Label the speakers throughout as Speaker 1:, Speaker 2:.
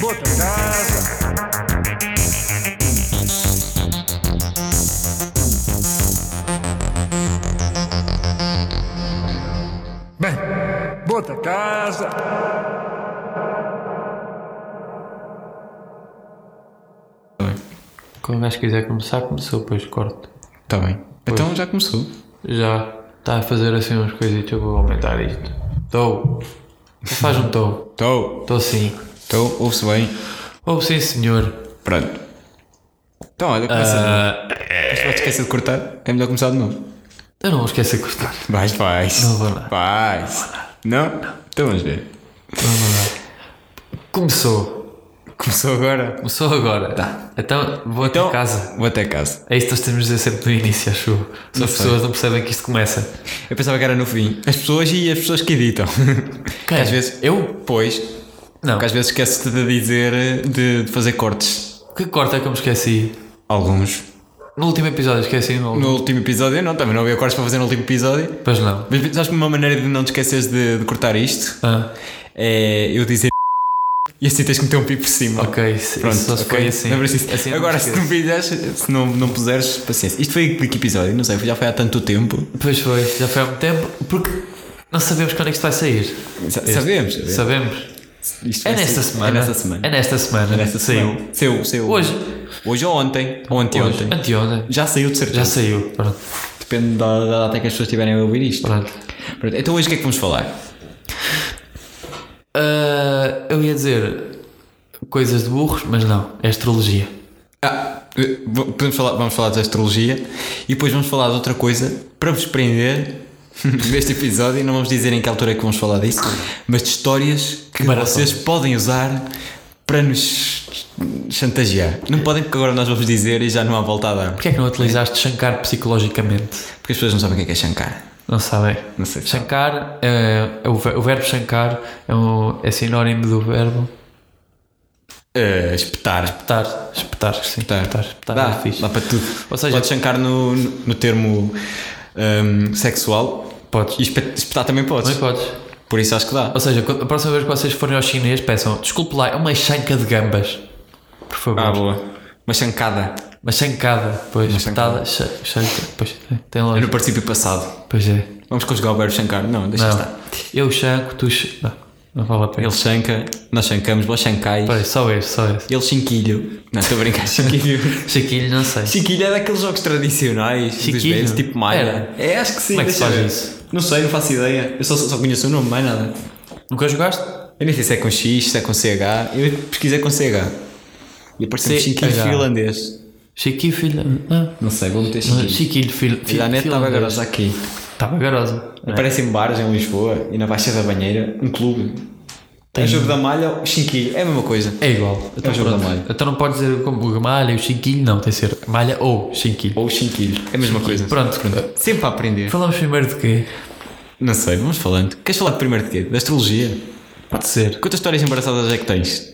Speaker 1: Bota casa. Bem, bota casa.
Speaker 2: Quando o gajo quiser começar, começou, depois corto.
Speaker 3: Está bem. Então já começou.
Speaker 2: Já está a fazer assim umas coisitas, eu vou aumentar isto. Estou. Faz um estou.
Speaker 3: Estou.
Speaker 2: Estou sim.
Speaker 3: Estou. Então, Ouve-se bem.
Speaker 2: Ou sim, senhor.
Speaker 3: Pronto. Então, olha, começa de novo.
Speaker 2: Ah,
Speaker 3: Mas pode esquecer de cortar. É melhor começar de novo.
Speaker 2: eu não vou esquecer de cortar.
Speaker 3: Vais, vais.
Speaker 2: Não vou lá.
Speaker 3: Vais. Não? Então vamos ver.
Speaker 2: Começou.
Speaker 3: Começou agora.
Speaker 2: Começou agora. Tá. Então vou até
Speaker 3: Então,
Speaker 2: casa.
Speaker 3: Vou até casa.
Speaker 2: É isso que nós temos de dizer sempre no início, acho. eu. Só as
Speaker 3: sei.
Speaker 2: pessoas não percebem que isto começa.
Speaker 3: Eu pensava que era no fim. As pessoas e as pessoas que editam. Que às vezes.
Speaker 2: Eu?
Speaker 3: Pois.
Speaker 2: Não.
Speaker 3: Que às vezes esquece-te de dizer. eh, De, de fazer cortes.
Speaker 2: Que corte é que eu me esqueci?
Speaker 3: Alguns.
Speaker 2: No último episódio, esqueci. No...
Speaker 3: No último episódio, eu não, também não havia cortes para fazer no último episódio.
Speaker 2: Pois não.
Speaker 3: Mas sabes que uma maneira de não te esqueceres de, de cortar isto
Speaker 2: Ah,
Speaker 3: é eu dizer e assim tens que meter um pi por cima.
Speaker 2: ok. Isso,
Speaker 3: Pronto,
Speaker 2: isso só se
Speaker 3: ok?
Speaker 2: foi assim.
Speaker 3: Lembra-se disso?
Speaker 2: Assim eu não
Speaker 3: Agora,
Speaker 2: me
Speaker 3: se
Speaker 2: esqueço.
Speaker 3: não fizeres, se não, não puseres, paciência. Isto foi de que episódio? Não sei, já foi há tanto tempo.
Speaker 2: Pois foi, já foi há muito tempo, porque não sabemos quando é que isto vai sair.
Speaker 3: Sa- Sabemos, sabemos.
Speaker 2: Sabemos.
Speaker 3: Isto
Speaker 2: É
Speaker 3: vai
Speaker 2: nesta
Speaker 3: ser-
Speaker 2: semana.
Speaker 3: É nesta semana.
Speaker 2: É nesta semana.
Speaker 3: É nesta
Speaker 2: Saiu.
Speaker 3: semana. Saiu, saiu.
Speaker 2: Hoje.
Speaker 3: Hoje ou ontem. Ou anteontem.
Speaker 2: Hoje, Anteontem.
Speaker 3: Já saiu de certeza.
Speaker 2: Já saiu. Pronto.
Speaker 3: Depende da, da data que as pessoas estiverem a ouvir isto.
Speaker 2: Pronto.
Speaker 3: Pronto, Então hoje o que é que vamos falar?
Speaker 2: Ah, eu ia dizer coisas de burros, mas não. É astrologia.
Speaker 3: Ah, eh, v- podemos falar, vamos falar de astrologia e depois vamos falar de outra coisa para vos prender neste episódio. Não vamos dizer em que altura é que vamos falar disso, mas de histórias que
Speaker 2: Maratona.
Speaker 3: vocês podem usar para nos chantagear. Não podem, porque agora nós vamos dizer e já não há volta a dar.
Speaker 2: Porquê é que não utilizaste Shankar psicologicamente?
Speaker 3: Porque as pessoas não sabem o que é que é chancar.
Speaker 2: Não sabem.
Speaker 3: Não sei.
Speaker 2: Shankar, é, é o, ver- o verbo Shankar é, um- é sinónimo do verbo
Speaker 3: Eh, espetar.
Speaker 2: espetar. Espetar, sim. Espetar, espetar,
Speaker 3: dá,
Speaker 2: é fixe.
Speaker 3: dá para tudo.
Speaker 2: Ou seja-
Speaker 3: Pode chancar no, no no termo ehm, sexual
Speaker 2: Podes.
Speaker 3: e espe- espetar também podes.
Speaker 2: Também podes.
Speaker 3: Por isso acho que dá.
Speaker 2: Ou seja, quando- a próxima vez que vocês forem ao chinês, peçam, desculpe lá, é uma chanca de gambas. Por favor.
Speaker 3: Ah, boa. Uma chancada.
Speaker 2: uma chancada, pois,
Speaker 3: chancada.
Speaker 2: espetada, cha- chanca, pois, tem
Speaker 3: No
Speaker 2: lógica.
Speaker 3: princípio passado.
Speaker 2: Pois é.
Speaker 3: Vamos conjugar o verbo chancar? Não, deixa
Speaker 2: Não,
Speaker 3: estar.
Speaker 2: eu chanco, tu ch... Não, não vale a pena.
Speaker 3: Ele chanca, nós chancamos, vós chancais.
Speaker 2: Pois, só esse, só esse.
Speaker 3: Ele chinquilho. Não, estou a brincar, chinquilho.
Speaker 2: Chiquilho, não sei.
Speaker 3: chinquilho é daqueles jogos tradicionais. Dos
Speaker 2: Chinquilho?
Speaker 3: velhos, tipo Maia. É, acho que sim.
Speaker 2: Como é que se
Speaker 3: deixa
Speaker 2: faz
Speaker 3: eu ver.
Speaker 2: isso?
Speaker 3: Não sei, não faço ideia. Eu só, só conheço o nome, mais nada.
Speaker 2: Nunca jogaste?
Speaker 3: Eu nem sei se é com X, se é com CH. Eu pesquisei com CH. E apareceu
Speaker 2: CH.
Speaker 3: chinquilho finlandês.
Speaker 2: Chiquilho, filho... Não,
Speaker 3: Não sei, vou meter
Speaker 2: não,
Speaker 3: chinquilho.
Speaker 2: chiquilho, filho...
Speaker 3: Já net estava
Speaker 2: finlandês.
Speaker 3: garoto aqui.
Speaker 2: Estava garosa.
Speaker 3: Aparecem bares em Lisboa e na Baixa da Banheira, um clube. Tem jogo da malha, o chinquilho, é a mesma coisa.
Speaker 2: É igual.
Speaker 3: um jogo
Speaker 2: pronto.
Speaker 3: da malha.
Speaker 2: Então não pode dizer como o malha e o chiquilho, não. Tem que ser malha ou chiquilho.
Speaker 3: Ou o chinquilho, é a mesma coisa.
Speaker 2: Pronto.
Speaker 3: Sempre a aprender.
Speaker 2: Falamos primeiro de quê?
Speaker 3: Não sei, vamos falando. Queres falar primeiro de quê? Da astrologia?
Speaker 2: Pode ser.
Speaker 3: Quantas histórias embaraçadas é que tens?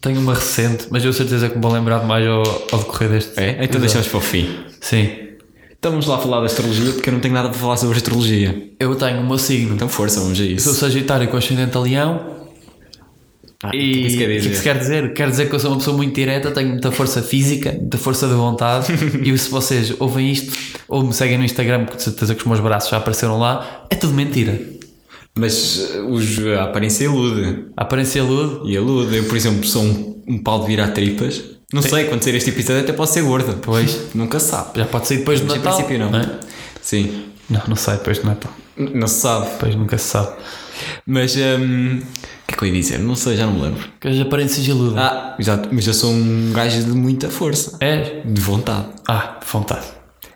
Speaker 2: Tenho uma recente, mas eu certeza que me vou lembrar de mais ao, ao decorrer deste.
Speaker 3: É? Então
Speaker 2: episódio.
Speaker 3: deixamos para o fim.
Speaker 2: Sim.
Speaker 3: Então vamos lá falar da astrologia, porque eu não tenho nada para falar sobre astrologia.
Speaker 2: Eu tenho o meu signo.
Speaker 3: Então força, vamos a
Speaker 2: sou
Speaker 3: isso.
Speaker 2: Sagitário com ascendente a Leão.
Speaker 3: o que Ah, isso quer
Speaker 2: o que
Speaker 3: dizer?
Speaker 2: isso quer dizer? Quer dizer que eu sou uma pessoa muito direta, tenho muita força física, muita força de vontade. e se vocês ouvem isto ou me seguem no Instagram, porque de certeza que os meus braços já apareceram lá, é tudo mentira.
Speaker 3: Mas uh, os, a aparência ilude.
Speaker 2: A aparência é ilude.
Speaker 3: E ilude. Eu, por exemplo, sou um, um pau de virar tripas. Não sei, quando sair este episódio até posso ser gordo.
Speaker 2: Pois.
Speaker 3: Nunca sabe.
Speaker 2: Já pode sair depois do
Speaker 3: Mas em
Speaker 2: Natal.
Speaker 3: princípio não.
Speaker 2: é?
Speaker 3: Sim.
Speaker 2: Não, não sai depois do Natal.
Speaker 3: N- Não se sabe.
Speaker 2: Depois nunca se sabe.
Speaker 3: Mas hum, o que é que eu ia dizer? Não sei, já não me lembro.
Speaker 2: Que as aparências iludem.
Speaker 3: Ah, exato, mas eu sou um gajo de muita força.
Speaker 2: É?
Speaker 3: De vontade.
Speaker 2: Ah, vontade.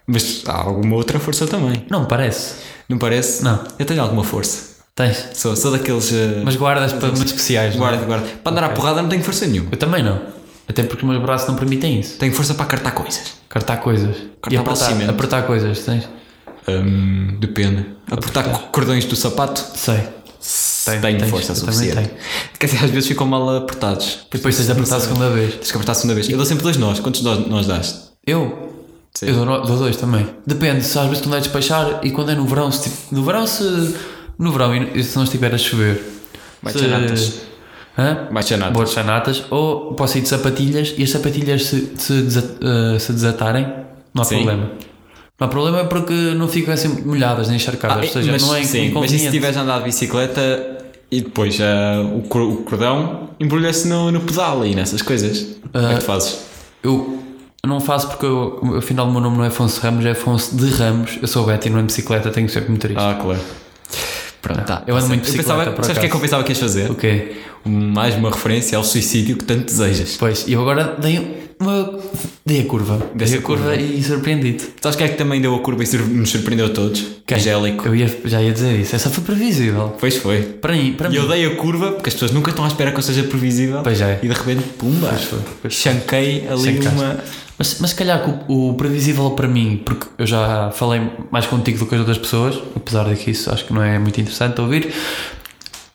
Speaker 3: Mas há alguma outra força também.
Speaker 2: Não parece.
Speaker 3: Não parece?
Speaker 2: Não.
Speaker 3: Eu tenho alguma força.
Speaker 2: Tens.
Speaker 3: Sou, sou daqueles. eh,
Speaker 2: Mas guardas para momentos especiais. não é?
Speaker 3: guarda, guarda. Para andar à porrada não tenho força nenhuma.
Speaker 2: Eu também não. Até porque os meus braços não permitem isso.
Speaker 3: Tenho força para cartar coisas.
Speaker 2: Cartar coisas. e
Speaker 3: Cartar
Speaker 2: apertar,
Speaker 3: balanceamento.
Speaker 2: apertar coisas, tens?
Speaker 3: Hum, depende. Apertar co- cordões do sapato.
Speaker 2: Sei. Tenho,
Speaker 3: tenho
Speaker 2: tens.
Speaker 3: força
Speaker 2: Eu também
Speaker 3: suficiente.
Speaker 2: tenho.
Speaker 3: Quer dizer, às vezes ficam mal apertados.
Speaker 2: Depois tens de apertar a segunda vez.
Speaker 3: Tens que apertar a segunda vez. Eu dou sempre dois nós. Quantos nós, nós dás?
Speaker 2: Eu?
Speaker 3: Sim.
Speaker 2: Eu dou, no- dou dois também. Depende, se às vezes tu não é despachar e quando é no verão, se tipo, no verão se. No verão e no- e se não estiver a chover.
Speaker 3: Vai
Speaker 2: se-
Speaker 3: chanatas.
Speaker 2: Hã?
Speaker 3: Vai chanatas.
Speaker 2: Vou de chanatas. Ou posso ir de sapatilhas e as sapatilhas se, se, desa- eh, se desatarem, não há
Speaker 3: Sim.
Speaker 2: problema. Não há problema porque não ficam assim molhadas nem encharcadas.
Speaker 3: Ah,
Speaker 2: ou seja,
Speaker 3: mas,
Speaker 2: não
Speaker 3: sim,
Speaker 2: é
Speaker 3: mas e se
Speaker 2: inconveniente.
Speaker 3: tiveres andado de bicicleta e depois ah, o, cor- o cordão embrulha-se no, no pedal e nessas coisas? Como é
Speaker 2: Ah,
Speaker 3: que tu fazes?
Speaker 2: Eu não faço porque eu, afinal o meu nome não é Afonso Ramos, é Afonso de Ramos. Eu sou Beto e não é bicicleta, tenho que ser motorista.
Speaker 3: Ah, claro. Pronto, tá.
Speaker 2: eu ando muito de
Speaker 3: eu pensava,
Speaker 2: bicicleta, por
Speaker 3: Sabes o que é que eu
Speaker 2: acaso.
Speaker 3: pensava que ias fazer?
Speaker 2: Ok.
Speaker 3: Mais uma referência ao suicídio que tanto desejas.
Speaker 2: Pois, e eu agora dei uma. Dei a curva.
Speaker 3: Deste
Speaker 2: Dei a
Speaker 3: a
Speaker 2: curva, e surpreendi-te.
Speaker 3: Sabes quem é que também deu a curva e sur- nos surpreendeu a todos?
Speaker 2: Quem?
Speaker 3: Angélico.
Speaker 2: Eu ia- já ia dizer isso. Essa foi previsível.
Speaker 3: Pois foi.
Speaker 2: Para mim, para
Speaker 3: E
Speaker 2: mim.
Speaker 3: eu dei a curva, porque as pessoas nunca estão à espera que eu seja previsível.
Speaker 2: Pois é.
Speaker 3: E de repente, pumba! Chanquei ali
Speaker 2: Chancaste.
Speaker 3: uma.
Speaker 2: Mas, mas se calhar que o, o previsível para mim, porque eu já falei mais contigo do que as outras pessoas, apesar de que isso acho que não é muito interessante ouvir.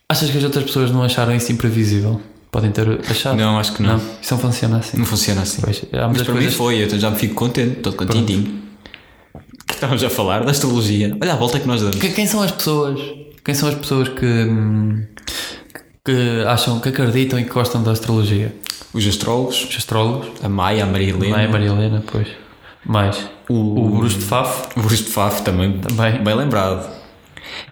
Speaker 2: Achas que as outras pessoas não acharam isso imprevisível? Podem ter achado?
Speaker 3: Não, acho que não.
Speaker 2: isso não funciona assim.
Speaker 3: Não funciona assim.
Speaker 2: Pois, há
Speaker 3: Mas
Speaker 2: muitas
Speaker 3: para
Speaker 2: coisas.
Speaker 3: mim foi, eu já me fico contente, estou contentinho. Que estávamos a falar da astrologia. Olha a volta é que nós damos.
Speaker 2: Que- quem são as pessoas? Quem são as pessoas que. hum, que acham, que acreditam e que gostam da astrologia?
Speaker 3: Os astrólogos,
Speaker 2: Os astrólogos?
Speaker 3: a Maia, a Maria Helena,
Speaker 2: Maia Maria Helena, pois. Mais. O, Bruce de Faf?
Speaker 3: o Bruce de Faf também,
Speaker 2: Também.
Speaker 3: bem lembrado.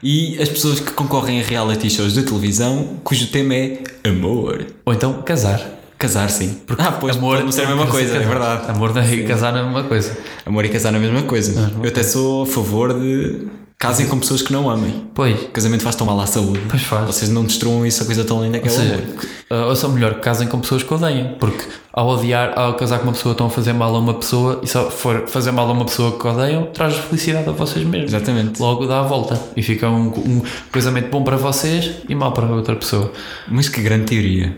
Speaker 3: E as pessoas que concorrem a reality shows de televisão, cujo tema é amor.
Speaker 2: Ou então casar.
Speaker 3: Casar, sim. ah, pois, amor não ser a mesma
Speaker 2: Casar-
Speaker 3: coisa, é
Speaker 2: casar. Tá.
Speaker 3: verdade.
Speaker 2: Amor da- e casar não é a mesma coisa.
Speaker 3: Amor e casar não é a mesma coisa. Eu até sou a favor de casem com pessoas que não amem.
Speaker 2: Pois.
Speaker 3: O casamento faz tão mal à saúde.
Speaker 2: Pois faz.
Speaker 3: Vocês não destruam isso, a coisa tão linda que é
Speaker 2: Ou
Speaker 3: o
Speaker 2: seja,
Speaker 3: amor.
Speaker 2: que- ah, ou só melhor, que casem com pessoas que odeiam. Porque ao odiar, ao casar com uma pessoa, estão a fazer mal a uma pessoa e só for fazer mal a uma pessoa que odeiam, traz felicidade a vocês mesmos.
Speaker 3: Exatamente.
Speaker 2: Logo dá a volta e fica um, um casamento bom para vocês e mal para outra pessoa.
Speaker 3: Mas que grande teoria.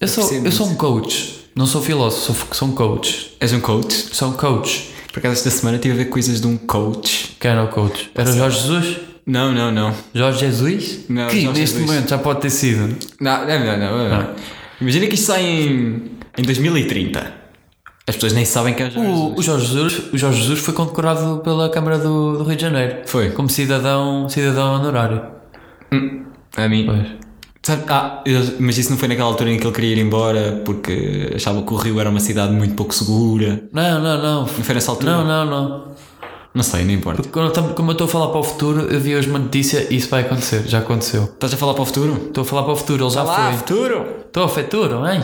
Speaker 2: Eu sou,
Speaker 3: percebo
Speaker 2: eu sou um coach, não sou filósofo, sou, sou um coach.
Speaker 3: És um coach?
Speaker 2: Sou um coach.
Speaker 3: Por acaso esta semana tive a ver coisas de um coach.
Speaker 2: Quem era o coach? Era o Jorge Jesus?
Speaker 3: Não, não, não.
Speaker 2: Jorge Jesus?
Speaker 3: Não,
Speaker 2: que
Speaker 3: Jorge
Speaker 2: neste
Speaker 3: Jesus.
Speaker 2: momento já pode ter sido.
Speaker 3: Não, não, não, não. não.
Speaker 2: Ah.
Speaker 3: Imagina que isto sai em, em 2030. As pessoas nem sabem quem é o Jorge
Speaker 2: O,
Speaker 3: Jesus.
Speaker 2: o Jorge Jesus, o Jorge Jesus foi condecorado pela Câmara do, do Rio de Janeiro.
Speaker 3: Foi.
Speaker 2: Como cidadão, cidadão honorário.
Speaker 3: A mim.
Speaker 2: Pois.
Speaker 3: Sabe- ah, eu- mas isso não foi naquela altura em que ele queria ir embora porque achava que o Rio era uma cidade muito pouco segura.
Speaker 2: Não, não, não.
Speaker 3: Não foi nessa altura?
Speaker 2: Não, não, não.
Speaker 3: Não sei, não importa.
Speaker 2: Quando eu tam- Como eu estou a falar para o futuro, eu vi hoje uma notícia e isso vai acontecer. Já aconteceu.
Speaker 3: Estás a falar para o futuro?
Speaker 2: Estou a falar para o futuro, ele já foi.
Speaker 3: futuro!
Speaker 2: Estou a futuro, hein?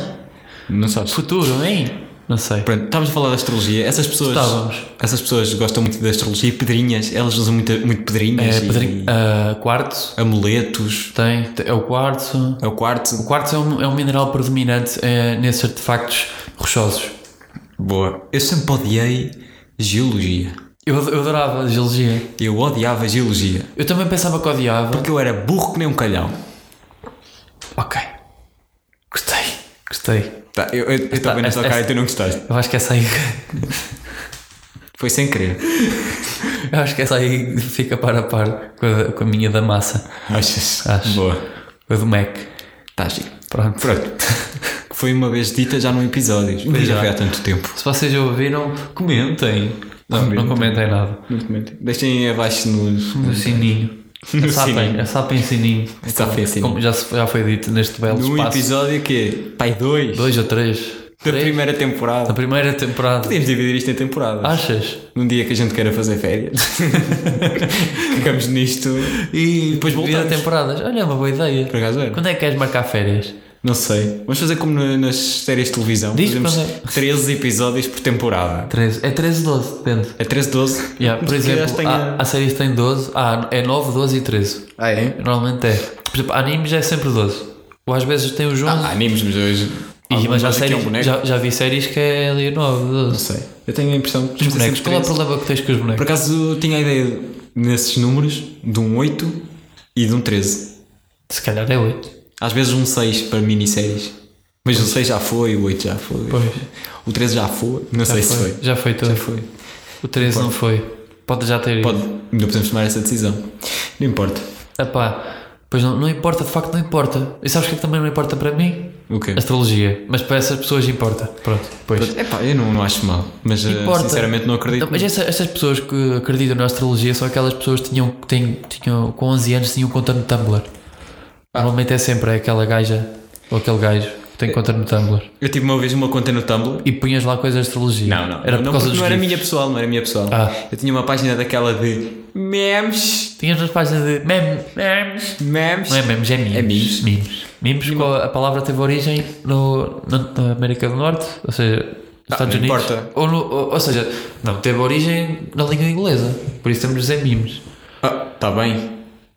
Speaker 3: Não sabes.
Speaker 2: Futuro, hein? Não sei.
Speaker 3: Pronto, estávamos a falar da astrologia. Essas pessoas.
Speaker 2: Estávamos.
Speaker 3: Essas pessoas gostam muito da astrologia. Pedrinhas, elas usam muito, muito pedrinhas.
Speaker 2: É,
Speaker 3: e-
Speaker 2: Pedrinho, ah, quartzo.
Speaker 3: amuletos.
Speaker 2: Tem, tem- é o quartzo.
Speaker 3: É o quarto.
Speaker 2: O quartzo é um, é um mineral predominante eh, nesses artefactos rochosos.
Speaker 3: Boa. Eu sempre odiei geologia.
Speaker 2: Eu, eu adorava a geologia.
Speaker 3: Eu odiava geologia.
Speaker 2: Eu também pensava que odiava.
Speaker 3: Porque eu era burro que nem um calhão.
Speaker 2: Ok. Gostei. Gostei.
Speaker 3: Tá, eu, eu, eu estava na
Speaker 2: esta-
Speaker 3: sua cara e
Speaker 2: esta-
Speaker 3: tu não gostaste.
Speaker 2: Eu acho que essa aí.
Speaker 3: Foi sem querer.
Speaker 2: Eu acho que essa aí fica par a par com a, com a minha da massa.
Speaker 3: Achas?
Speaker 2: Acho.
Speaker 3: Boa.
Speaker 2: Com a do Mac.
Speaker 3: Tá, Chico.
Speaker 2: Pronto.
Speaker 3: Pronto. Foi uma vez dita já num episódio. Não já
Speaker 2: já.
Speaker 3: foi há tanto tempo.
Speaker 2: Se vocês ouviram, comentem. Não,
Speaker 3: Comentem.
Speaker 2: não comentem nada.
Speaker 3: Deixem abaixo nos.
Speaker 2: No sininho. Sapem,
Speaker 3: sininho.
Speaker 2: sapem sininho.
Speaker 3: Sapem sininho.
Speaker 2: Como já, se- já foi dito neste belo
Speaker 3: Num
Speaker 2: Então, um espaço.
Speaker 3: episódio que é. Pai 2 da
Speaker 2: Dois ou três. Três?
Speaker 3: primeira temporada.
Speaker 2: Da primeira temporada.
Speaker 3: Podemos dividir isto em temporadas.
Speaker 2: Achas?
Speaker 3: Num dia que a gente queira fazer férias. Ficamos nisto.
Speaker 2: E
Speaker 3: depois
Speaker 2: Vira
Speaker 3: voltamos.
Speaker 2: temporadas. Olha, é uma boa ideia.
Speaker 3: Por acaso era?
Speaker 2: Quando é que queres marcar férias?
Speaker 3: Não sei. Vamos fazer como na- nas séries de televisão.
Speaker 2: Diz
Speaker 3: Fazemos
Speaker 2: quando é.
Speaker 3: 13 episódios por temporada.
Speaker 2: 13. É 13, 12, depende.
Speaker 3: É 13, 12.
Speaker 2: Yeah, por
Speaker 3: Se calhar
Speaker 2: exemplo,
Speaker 3: tenha-
Speaker 2: há, há séries que têm 12, ah, é 9, 12 e 13.
Speaker 3: Ah, é?
Speaker 2: Normalmente é. Por exemplo, animes é sempre 12. Ou às vezes tem os 11.
Speaker 3: Ah, Há animes, mas hoje.
Speaker 2: ah, e, mas
Speaker 3: hoje aqui
Speaker 2: já,
Speaker 3: é
Speaker 2: séries,
Speaker 3: um boneco.
Speaker 2: já, já vi séries que é ali 9, 12.
Speaker 3: Não sei. Eu tenho a impressão que
Speaker 2: Os bonecos, qual é o problema que tens com os
Speaker 3: Por
Speaker 2: bonecos?
Speaker 3: acaso eu tinha a ideia de- nesses números de um 8 e de um 13.
Speaker 2: Se calhar é 8.
Speaker 3: Às vezes um 6 para minisséries. Mas o 6 já foi, o 8 já foi.
Speaker 2: Pois.
Speaker 3: O 13 já foi. Não sei se foi.
Speaker 2: Já foi todo.
Speaker 3: Já foi.
Speaker 2: O 13 não foi. Pode já ter ido.
Speaker 3: Pode, ainda podemos tomar essa decisão. Não importa.
Speaker 2: Epá, pois não, não importa, de facto não importa. E sabes o que é que também não importa para mim?
Speaker 3: O quê?
Speaker 2: Astrologia. Mas para essas pessoas importa. Pronto, pois.
Speaker 3: Epá, eu não, não acho mal, mas eh,
Speaker 2: Importa.
Speaker 3: sinceramente não acredito.
Speaker 2: Não, mas essa- essas pessoas que acreditam na astrologia são aquelas pessoas que tinham, que têm- tinham com 11 anos tinham conta no Tumblr.
Speaker 3: Ah.
Speaker 2: Normalmente é sempre aquela gaja ou aquele gajo que tem conta no Tumblr.
Speaker 3: Eu tive uma vez uma conta no Tumblr.
Speaker 2: E punhas lá coisas de astrologia.
Speaker 3: Não, não.
Speaker 2: Era por
Speaker 3: não,
Speaker 2: causa
Speaker 3: porque
Speaker 2: dos
Speaker 3: não era
Speaker 2: gifs.
Speaker 3: minha pessoal, não era minha pessoal.
Speaker 2: Ah.
Speaker 3: Eu tinha uma página daquela de memes,
Speaker 2: Tinhas nas páginas de mem- memes.
Speaker 3: memes.
Speaker 2: Não é memes, é memes.
Speaker 3: É memes.
Speaker 2: Memes. Memes, qual- a palavra teve origem no, no- na América do Norte, ou seja, nos Estados
Speaker 3: Ah, não
Speaker 2: Unidos.
Speaker 3: importa.
Speaker 2: Ou, no- ou- ou seja, não, teve origem na língua inglesa. Por isso temos de dizer memes.
Speaker 3: Ah, tá bem.
Speaker 2: É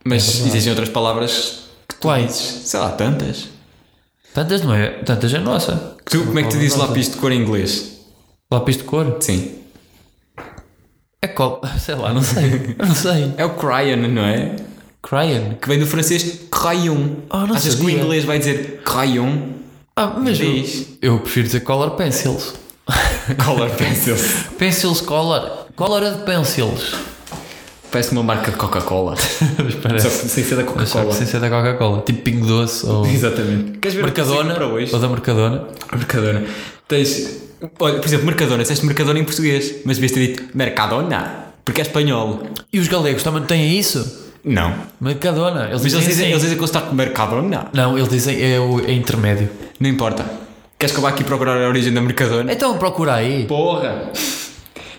Speaker 3: Mas existem outras palavras,
Speaker 2: Quais?
Speaker 3: sei lá, tantas.
Speaker 2: Tantas não é? Tantas é nossa.
Speaker 3: Tu, como é que tu dizes lápis de cor em inglês?
Speaker 2: Lápis de cor?
Speaker 3: Sim.
Speaker 2: É col. Sei lá, não sei. não sei.
Speaker 3: É o crayon, não é?
Speaker 2: Crayon.
Speaker 3: Que vem do francês crayon.
Speaker 2: Ah, não
Speaker 3: Achas que o
Speaker 2: sabia.
Speaker 3: inglês vai dizer crayon?
Speaker 2: Ah, mas eu,
Speaker 3: Diz.
Speaker 2: eu prefiro dizer color pencils.
Speaker 3: Color pencils.
Speaker 2: Pencils color. Colored pencils.
Speaker 3: Parece uma marca de Coca-Cola.
Speaker 2: Mas
Speaker 3: Só
Speaker 2: parece.
Speaker 3: que sem ser da
Speaker 2: Só que
Speaker 3: Coca-Cola.
Speaker 2: sem ser da Coca-Cola. Tipo Pingo Doce ou.
Speaker 3: Exatamente. Queres ver o que eu
Speaker 2: Mercadona.
Speaker 3: consigo para hoje?
Speaker 2: Ou da Mercadona.
Speaker 3: Mercadona. Tens. Olha, por exemplo, Mercadona. Disseste Mercadona em português, mas devias ter dito Mercadona, porque é espanhol.
Speaker 2: E os galegos também têm isso?
Speaker 3: Não.
Speaker 2: Mercadona. Eles
Speaker 3: Mas
Speaker 2: dizem,
Speaker 3: eles dizem,
Speaker 2: assim.
Speaker 3: eles dizem que eu estou com Mercadona.
Speaker 2: Não, eles dizem é, o, é intermédio.
Speaker 3: Não importa. Queres que eu vá aqui procurar a origem da Mercadona?
Speaker 2: Então procura aí.
Speaker 3: Porra!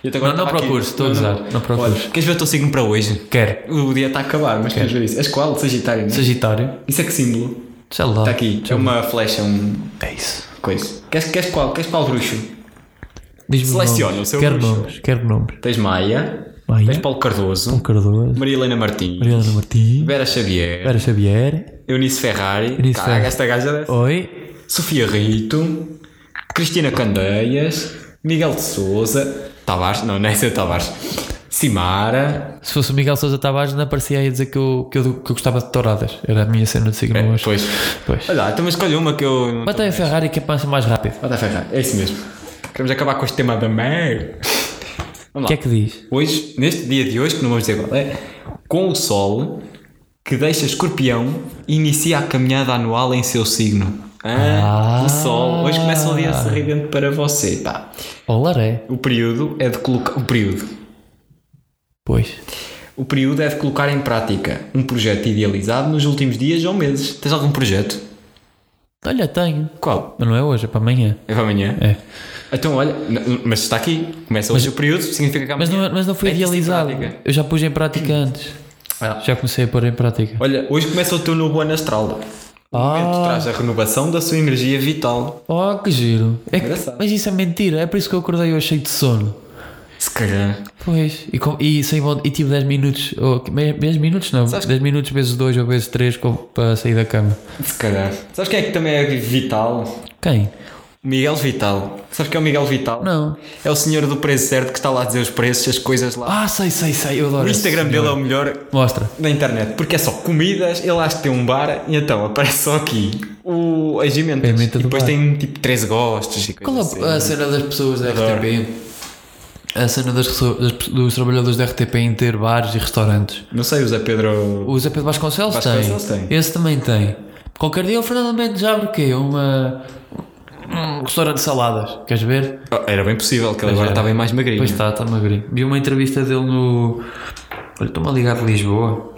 Speaker 3: Eu até agora
Speaker 2: Não,
Speaker 3: estava
Speaker 2: não
Speaker 3: tá aqui.
Speaker 2: procures, estou a usar. Não procures.
Speaker 3: Olha, queres ver o teu signo para hoje?
Speaker 2: Quer.
Speaker 3: O dia está a acabar, mas queres ver isso? És qual? Sagitário, não é?
Speaker 2: Sagitário.
Speaker 3: Isso é que símbolo?
Speaker 2: Sei lá.
Speaker 3: Está aqui.
Speaker 2: Tá.
Speaker 3: É uma flecha, um
Speaker 2: É isso.
Speaker 3: coisa. Queres, queres qual? Queres qual bruxo?
Speaker 2: Diz-me
Speaker 3: Seleciona
Speaker 2: nomes.
Speaker 3: o seu
Speaker 2: Quero
Speaker 3: bruxo.
Speaker 2: nomes. Quero nomes.
Speaker 3: Tens Maia,
Speaker 2: Maia.
Speaker 3: tens Paulo Cardoso,
Speaker 2: Paulo Cardoso.
Speaker 3: Maria Helena Martins,
Speaker 2: Mariana Martins.
Speaker 3: Vera Xavier,
Speaker 2: Vera Xavier.
Speaker 3: Eunice Ferrari,
Speaker 2: Eunice
Speaker 3: Caga,
Speaker 2: Ferrari. Oh.
Speaker 3: esta gaja dessa.
Speaker 2: Oi.
Speaker 3: Sofia Rito, Cristina Candeias, Miguel de Souza, Tavares, não, não é essa Tavares, Simara,
Speaker 2: Se fosse o Miguel Sousa Tavares, não aparecia aí a dizer que eu, que, eu, que eu gostava de touradas. Era a minha cena de signo hoje.
Speaker 3: É, pois.
Speaker 2: Pois.
Speaker 3: Olha então lá, então mas escolhe uma que eu. não
Speaker 2: Bota aí a Ferrari que é para ser mais rápido.
Speaker 3: Bota a Ferrari, é isso mesmo. Queremos acabar com este tema da merda.
Speaker 2: O
Speaker 3: Vamos
Speaker 2: que
Speaker 3: lá.
Speaker 2: é que diz?
Speaker 3: Hoje, neste dia de hoje, que não vamos dizer qual é, com o Sol que deixa escorpião, inicia a caminhada anual em seu signo. Ah,
Speaker 2: Ah.
Speaker 3: O Sol, hoje começa o dia sorridente para você. Pá.
Speaker 2: Olaré.
Speaker 3: O período é de colocar. O período.
Speaker 2: Pois.
Speaker 3: O período é de colocar em prática um projeto idealizado nos últimos dias ou meses. Tens algum projeto?
Speaker 2: Olha, tenho.
Speaker 3: Qual?
Speaker 2: Mas não é hoje, é para amanhã.
Speaker 3: É para amanhã?
Speaker 2: É.
Speaker 3: Então, olha, n- mas está aqui. Começa hoje o período, significa que é
Speaker 2: Mas
Speaker 3: amanhã.
Speaker 2: não, é- mas não foi
Speaker 3: Mete isso em
Speaker 2: idealizado.
Speaker 3: prática.
Speaker 2: Eu já pus em prática antes.
Speaker 3: Ah.
Speaker 2: Já comecei a pôr em prática.
Speaker 3: Olha, hoje começa o teu novo ano astral. O um momento
Speaker 2: Ah.
Speaker 3: traz a renovação da sua energia vital.
Speaker 2: Oh, que giro. É que-
Speaker 3: Engraçado.
Speaker 2: mas isso é mentira. É por isso que eu acordei hoje cheio de sono.
Speaker 3: Se calhar.
Speaker 2: Pois. E, com, e, saí bom- e tive 10 minutos. Ou, 10 minutos não. 10 minutos vezes 2 ou vezes 3 para sair da cama.
Speaker 3: Se calhar. Sabes quem é que também é vital?
Speaker 2: Quem?
Speaker 3: O Miguel Vital. Sabes quem é o Miguel Vital?
Speaker 2: Não.
Speaker 3: É o senhor do preço certo que está lá a dizer os preços, as coisas lá.
Speaker 2: Ah, sei, sei, sei. Eu adoro.
Speaker 3: o
Speaker 2: esse
Speaker 3: Instagram
Speaker 2: senhor.
Speaker 3: dele é o melhor
Speaker 2: Mostra.
Speaker 3: da internet, porque é só comidas, ele acha que tem um bar, e então aparece só aqui o as emendas.
Speaker 2: Pimenta
Speaker 3: E
Speaker 2: do
Speaker 3: depois
Speaker 2: bar.
Speaker 3: tem tipo 13 gostos e
Speaker 2: Qual é
Speaker 3: coisas
Speaker 2: a
Speaker 3: assim.
Speaker 2: cena das pessoas da
Speaker 3: Adoro.
Speaker 2: RTP? A cena das, pessoas- das pe- dos trabalhadores da RTP em ter bares e restaurantes.
Speaker 3: Não sei, o Zé Pedro.
Speaker 2: O Zé Pedro Vasconcelos,
Speaker 3: Vasconcelos
Speaker 2: tem.
Speaker 3: tem.
Speaker 2: Esse também tem. Qualquer dia o Fernando Mendes já abre o quê? Uma, um restaurante de saladas. Queres ver?
Speaker 3: Oh, era bem possível, que ele agora
Speaker 2: era.
Speaker 3: está bem mais magrinho.
Speaker 2: Pois tá. está, está magrinho. Vi uma entrevista dele no. Olha, estou-me a ligar de Lisboa.